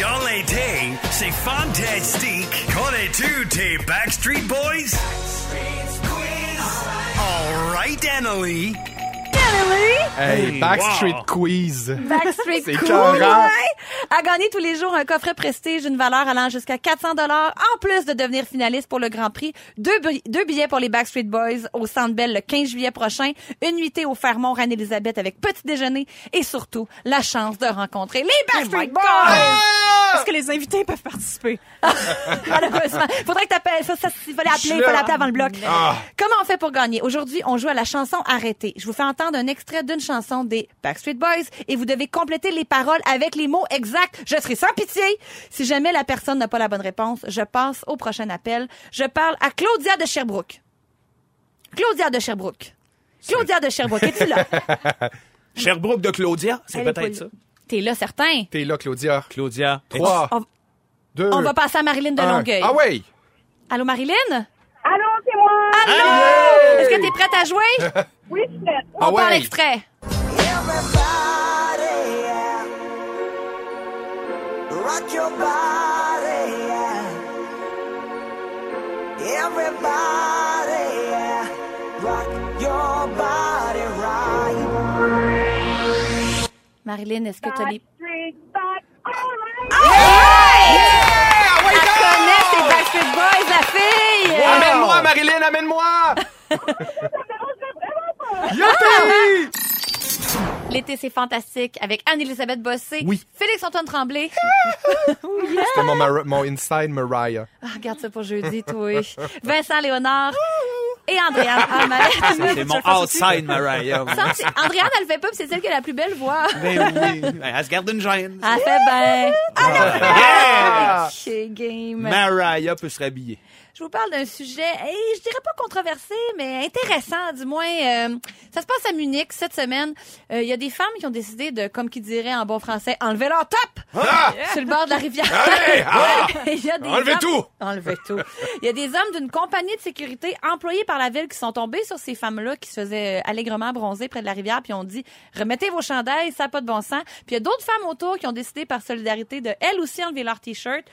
[SPEAKER 6] Dans les thés, c'est fantastique. Connais-tu tes Backstreet Boys? Backstreet Boys. Hey, Danily!
[SPEAKER 4] Hey,
[SPEAKER 3] Hey,
[SPEAKER 4] Backstreet
[SPEAKER 3] wow.
[SPEAKER 4] Quiz.
[SPEAKER 2] Backstreet
[SPEAKER 4] C'est
[SPEAKER 2] Cool
[SPEAKER 4] écœurant.
[SPEAKER 2] ouais. a gagné tous les jours un coffret prestige d'une valeur allant jusqu'à 400 dollars en plus de devenir finaliste pour le Grand Prix. Deux, bri- deux billets pour les Backstreet Boys au Centre Bell le 15 juillet prochain. Une nuitée au Fairmont Anne-Élisabeth avec petit déjeuner et surtout la chance de rencontrer les
[SPEAKER 5] Oh
[SPEAKER 2] Backstreet Boys.
[SPEAKER 5] Parce que les invités peuvent participer.
[SPEAKER 2] Malheureusement, faudrait que t'appelles. Ça, ça, il fallait appeler, il fallait appeler avant le bloc.
[SPEAKER 4] Ah.
[SPEAKER 2] Comment on fait pour gagner? Aujourd'hui, on joue à la chanson Arrêtée. Je vous fais entendre un extrait d'une chanson des Backstreet Boys et vous devez compléter les paroles avec les mots exacts. Je serai sans pitié. Si jamais la personne n'a pas la bonne réponse, je passe au prochain appel. Je parle à Claudia de Sherbrooke. Claudia de Sherbrooke. Claudia de Sherbrooke, es-tu là?
[SPEAKER 3] Sherbrooke de Claudia, c'est
[SPEAKER 5] Elle est
[SPEAKER 3] peut-être
[SPEAKER 5] pas
[SPEAKER 3] ça.
[SPEAKER 5] là.
[SPEAKER 2] T'es là, certain.
[SPEAKER 4] T'es là, Claudia.
[SPEAKER 3] Claudia.
[SPEAKER 4] Trois,
[SPEAKER 2] On-
[SPEAKER 4] deux,
[SPEAKER 2] On va passer à Marilyn de
[SPEAKER 4] un.
[SPEAKER 2] Longueuil.
[SPEAKER 4] Ah oui!
[SPEAKER 2] Allô, Marilyn?
[SPEAKER 7] Allô, c'est moi!
[SPEAKER 2] Allô! Est-ce que t'es prête à jouer?
[SPEAKER 7] Oui, je suis prête.
[SPEAKER 2] On
[SPEAKER 4] Ah
[SPEAKER 2] parle
[SPEAKER 4] ouais.
[SPEAKER 2] extrait.
[SPEAKER 8] Rock your body, yeah. Everybody, yeah. Rock your body right.
[SPEAKER 2] Marilyn, est-ce que t'as les...
[SPEAKER 7] Backstreet, back, alright.
[SPEAKER 4] ah
[SPEAKER 2] Elle connaît ses Backstreet Boys, la fille!
[SPEAKER 4] Amène-moi, Marilyn, amène-moi!
[SPEAKER 2] L'été, c'est fantastique avec Anne-Elisabeth Bossé.
[SPEAKER 4] Oui.
[SPEAKER 2] Félix-Antoine Tremblay.
[SPEAKER 4] C'était mon, Mar- mon Inside Mariah.
[SPEAKER 2] Ah, regarde ça pour jeudi, toi. Vincent Léonard. Et Andréane Hammett.
[SPEAKER 3] C'est mon outside, Mariah.
[SPEAKER 2] Sans- c'est- Andréane, elle le fait pas, puis c'est celle qui a la plus belle voix.
[SPEAKER 3] Ben oui. Ben, Elle se garde une gêne.
[SPEAKER 2] Elle fait ben.
[SPEAKER 3] Yeah!
[SPEAKER 2] Chez Game.
[SPEAKER 3] Mariah peut se rhabiller.
[SPEAKER 2] Je vous parle d'un sujet, et je dirais pas controversé, mais intéressant, du moins. Euh, ça se passe à Munich cette semaine. Euh, Il y a des femmes qui ont décidé de, comme qui dirait en bon français, enlever leur top sur le bord de la rivière. Il y a des
[SPEAKER 4] Ah! Enlevez
[SPEAKER 2] hommes-
[SPEAKER 4] tout!
[SPEAKER 2] Enlevez tout. Il y a des hommes d'une compagnie de sécurité employés par la ville qui sont tombés sur ces femmes-là qui se faisaient euh, allègrement bronzer près de la rivière, puis ont dit remettez vos chandails, ça n'a pas de bon sens. Puis il y a d'autres femmes autour qui ont décidé par solidarité de elles aussi enlever leur t-shirt.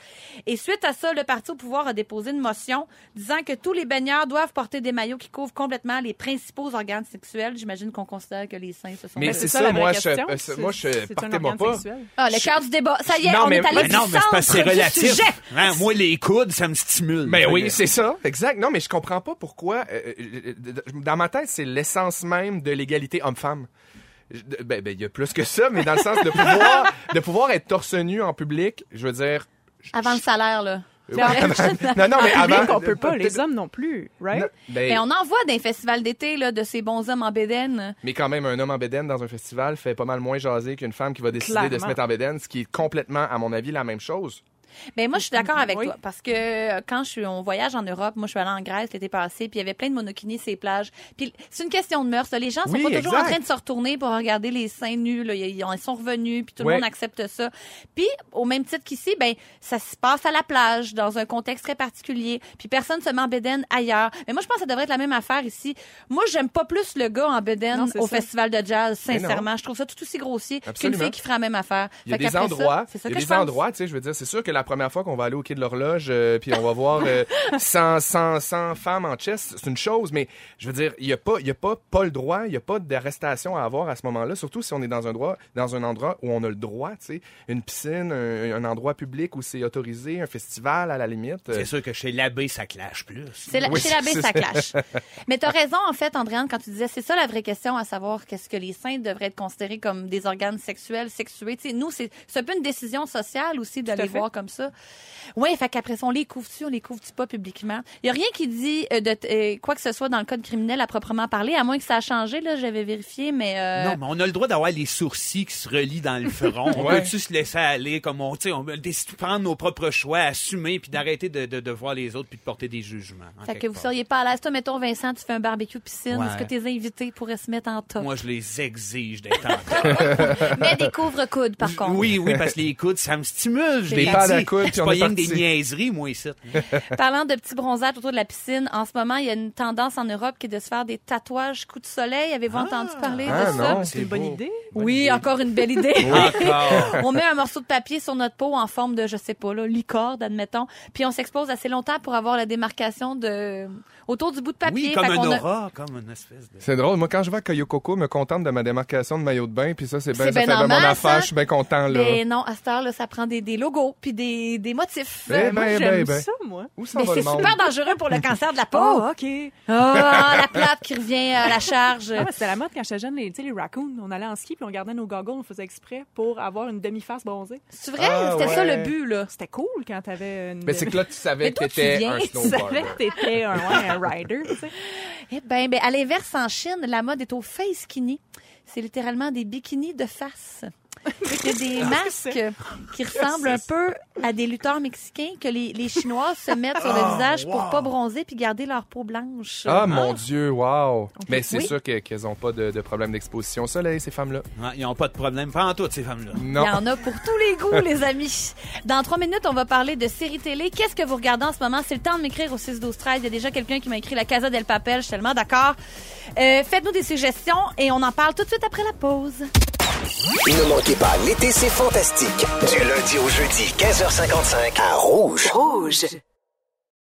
[SPEAKER 2] Et suite à ça, le parti au pouvoir a déposé une motion disant que tous les baigneurs doivent porter des maillots qui couvrent complètement les principaux organes sexuels. J'imagine qu'on considère que les seins se sont.
[SPEAKER 4] Mais
[SPEAKER 5] Ben,
[SPEAKER 4] c'est
[SPEAKER 5] c'est
[SPEAKER 4] ça,
[SPEAKER 5] la
[SPEAKER 4] moi,
[SPEAKER 5] vraie
[SPEAKER 4] je-
[SPEAKER 5] question.
[SPEAKER 4] euh, c'est- moi, je-
[SPEAKER 5] C'est- c'est un
[SPEAKER 4] partez-moi
[SPEAKER 5] organe
[SPEAKER 4] pas.
[SPEAKER 5] sexuel.
[SPEAKER 2] Ah, le cœur du débat. Ça y est,
[SPEAKER 4] Non,
[SPEAKER 2] on
[SPEAKER 4] mais-
[SPEAKER 2] est allé
[SPEAKER 4] Ben
[SPEAKER 2] du
[SPEAKER 3] non, mais c'est parce que c'est
[SPEAKER 2] centre du
[SPEAKER 3] relatif.
[SPEAKER 2] sujet.
[SPEAKER 3] Hein, moi, les coudes, ça me stimule.
[SPEAKER 4] Ben
[SPEAKER 3] Fait
[SPEAKER 4] oui,
[SPEAKER 3] que-
[SPEAKER 4] c'est ça, exact. Non, mais je comprends pas pourquoi. euh, euh, euh, dans ma tête, c'est l'essence même de l'égalité homme-femme. Je- de- Ben, ben, il y a plus que ça, mais dans le sens de pouvoir, de pouvoir être torse nu en public, je veux dire. je-
[SPEAKER 2] Avant le salaire, là.
[SPEAKER 4] non, non, Ah, mais
[SPEAKER 5] En public,
[SPEAKER 4] avant. euh,
[SPEAKER 5] on Ah, peut pas, les hommes hein? non plus, right?
[SPEAKER 4] Non, ben,
[SPEAKER 2] Mais on en voit des festivals d'été là, de ces bons hommes en bédaine.
[SPEAKER 4] Mais quand même, un homme en bédaine dans un festival fait pas mal moins jaser qu'une femme qui va décider de se
[SPEAKER 5] Clairement.
[SPEAKER 4] mettre en bédaine, ce qui est complètement, à mon avis, la même chose.
[SPEAKER 2] Ben moi, je suis d'accord avec
[SPEAKER 5] Oui.
[SPEAKER 2] toi parce que euh, quand je suis en voyage en Europe, moi, je suis allée en Grèce l'été passé, puis il y avait plein de monokinis ces plages. Puis c'est une question de mœurs. là. Les gens sont
[SPEAKER 4] Oui,
[SPEAKER 2] pas toujours
[SPEAKER 4] exact.
[SPEAKER 2] en train de se retourner pour regarder les seins nus. Là. Ils, ils sont revenus, puis tout
[SPEAKER 4] Ouais.
[SPEAKER 2] le monde accepte ça. Puis au même titre qu'ici, ben ça se passe à la plage dans un contexte très particulier. Puis personne se met en bédaine ailleurs. Mais moi, je pense que ça devrait être la même affaire ici. Moi, j'aime pas plus le gars en bédaine
[SPEAKER 5] Non, c'est
[SPEAKER 2] au
[SPEAKER 5] ça.
[SPEAKER 2] festival de jazz.
[SPEAKER 4] Mais non.
[SPEAKER 2] Sincèrement, je trouve ça tout aussi grossier qu'une
[SPEAKER 4] Absolument.
[SPEAKER 2] fille qui ferait la même affaire.
[SPEAKER 4] Il y a
[SPEAKER 2] Fait
[SPEAKER 4] des
[SPEAKER 2] qu'après ça,
[SPEAKER 4] endroits,
[SPEAKER 2] c'est ça
[SPEAKER 4] il y
[SPEAKER 2] que
[SPEAKER 4] a
[SPEAKER 2] je
[SPEAKER 4] des
[SPEAKER 2] pense.
[SPEAKER 4] endroits, tu sais, je veux dire, c'est sûr que la première fois qu'on va aller au quai de l'horloge, euh, puis on va voir euh, 100, 100, 100 femmes en chest, c'est une chose, mais je veux dire, il y a pas, il y a pas, pas le droit, il y a pas d'arrestation à avoir à ce moment-là, surtout si on est dans un droit, dans un endroit où on a le droit, tu sais, une piscine, un, un endroit public où c'est autorisé, un festival à la limite. euh,
[SPEAKER 3] C'est sûr que chez l'abbé, ça clash plus.
[SPEAKER 2] C'est la,
[SPEAKER 4] Oui,
[SPEAKER 2] chez l'abbé,
[SPEAKER 4] c'est
[SPEAKER 2] ça clash. Mais t'as raison, en fait, Andréane, quand tu disais, c'est ça la vraie question, à savoir qu'est-ce que les seins devraient être considérés comme des organes sexuels, sexués. Tu sais, nous, c'est c'est un peu une décision sociale aussi de les
[SPEAKER 5] fait.
[SPEAKER 2] voir comme ça. Oui, fait qu'après ça, on les couvre-tu, on les couvre-tu pas publiquement. Il y a rien qui dit euh, de t- euh, quoi que ce soit dans le code criminel à proprement parler, à moins que ça a changé, là, j'avais vérifié, mais... euh,
[SPEAKER 3] Non, mais on a le droit d'avoir les sourcils qui se relient dans le front. On
[SPEAKER 4] Ouais.
[SPEAKER 3] peut-tu se laisser aller comme on, tu sais, on peut déc- prendre nos propres choix, assumer, puis d'arrêter de, de, de voir les autres, puis de porter des jugements. en
[SPEAKER 2] Fait que
[SPEAKER 3] quelque
[SPEAKER 2] vous
[SPEAKER 3] part.
[SPEAKER 2] seriez pas à l'aise. Toi, mettons, Vincent, tu fais un barbecue piscine.
[SPEAKER 3] Ouais.
[SPEAKER 2] Est-ce que tes invités pourraient se mettre en top?
[SPEAKER 3] Moi, je les exige d'être en
[SPEAKER 2] Mais des couvre-coudes, par contre.
[SPEAKER 3] Oui, oui, parce que les coudes, ça me stimule. Je
[SPEAKER 2] C'est
[SPEAKER 3] les
[SPEAKER 2] la
[SPEAKER 4] pads à la coude, puis
[SPEAKER 3] C'est
[SPEAKER 4] on
[SPEAKER 3] pas
[SPEAKER 4] est
[SPEAKER 3] rien que des
[SPEAKER 4] parti.
[SPEAKER 3] niaiseries, moi, ici.
[SPEAKER 2] Parlant de petits bronzages autour de la piscine, en ce moment, il y a une tendance en Europe qui est de se faire des tatouages coups de soleil. Avez-vous entendu parler
[SPEAKER 4] Ah,
[SPEAKER 2] de
[SPEAKER 4] non,
[SPEAKER 2] ça?
[SPEAKER 5] C'est une bonne
[SPEAKER 4] beau.
[SPEAKER 5] idée.
[SPEAKER 2] Oui, encore une belle idée.
[SPEAKER 3] Encore.
[SPEAKER 4] Ah.
[SPEAKER 2] on met un morceau de papier sur notre peau en forme de, je sais pas, là, licorde, admettons. Puis on s'expose assez longtemps pour avoir la démarcation de autour du bout de papier.
[SPEAKER 3] Oui, comme
[SPEAKER 2] Fait
[SPEAKER 3] un
[SPEAKER 2] qu'on a-
[SPEAKER 3] aura, comme une espèce de...
[SPEAKER 4] C'est drôle. Moi, quand je vais à Coyococo, me contente de ma démarcation de maillot de bain, puis ça, c'est ben,
[SPEAKER 2] C'est
[SPEAKER 4] ça
[SPEAKER 2] ben
[SPEAKER 4] fait ben
[SPEAKER 2] en
[SPEAKER 4] mon
[SPEAKER 2] masse,
[SPEAKER 4] affaire.
[SPEAKER 2] hein?
[SPEAKER 4] Je suis bien content, là.
[SPEAKER 2] Mais Ben non, à cette heure-là, ça prend des, des logos puis des, des motifs.
[SPEAKER 4] Eh
[SPEAKER 5] Moi,
[SPEAKER 4] ben,
[SPEAKER 5] j'aime
[SPEAKER 4] ben, ben.
[SPEAKER 5] ça, moi.
[SPEAKER 4] Où ça
[SPEAKER 2] Mais
[SPEAKER 4] va
[SPEAKER 2] c'est
[SPEAKER 4] le monde?
[SPEAKER 2] super dangereux pour le cancer de la peau.
[SPEAKER 5] Oh, OK.
[SPEAKER 2] Oh, la plaque qui revient à la charge.
[SPEAKER 5] Ah, ouais, c'était la mode quand j'étais jeune, les, tu sais, les raccoons. On allait en ski puis on gardait nos goggles, on faisait exprès pour avoir une demi-face bronzée.
[SPEAKER 2] C'est vrai?
[SPEAKER 4] Ah,
[SPEAKER 2] C'était ça
[SPEAKER 4] ouais.
[SPEAKER 2] le but, là.
[SPEAKER 5] C'était cool quand t'avais une.
[SPEAKER 4] Mais c'est que là, tu savais
[SPEAKER 2] Mais
[SPEAKER 4] que
[SPEAKER 2] toi, tu
[SPEAKER 4] t'étais
[SPEAKER 2] viens,
[SPEAKER 4] un
[SPEAKER 2] tu
[SPEAKER 5] Tu savais
[SPEAKER 4] snowboarder.
[SPEAKER 5] que t'étais un, ouais, un rider, tu sais.
[SPEAKER 2] Eh ben, ben, à l'inverse, en Chine, la mode est au face skinny. C'est littéralement des bikinis de face. C'est des
[SPEAKER 4] Ah,
[SPEAKER 2] masques qui ressemblent un peu à des lutteurs mexicains que les, les Chinois se mettent sur le visage pour pas bronzer puis garder leur peau blanche.
[SPEAKER 4] Ah, mon Dieu, wow! Mais c'est
[SPEAKER 2] oui.
[SPEAKER 4] sûr que- qu'elles n'ont pas de, de problème d'exposition au soleil, ces femmes-là.
[SPEAKER 3] Ouais, Ils n'ont pas de problème. Pas en toutes, ces femmes-là.
[SPEAKER 4] Non.
[SPEAKER 2] Il y en a pour tous les goûts, les amis. Dans trois minutes, on va parler de séries télé. Qu'est-ce que vous regardez en ce moment? C'est le temps de m'écrire au 6 12 13 Il y a déjà quelqu'un qui m'a écrit La Casa del Papel. Je suis tellement d'accord. Euh, Faites-nous des suggestions et on en parle tout de suite après la pause.
[SPEAKER 1] Ne manquez pas, l'été, c'est fantastique. Du lundi au jeudi, 15h55, à Rouge.
[SPEAKER 6] Rouge.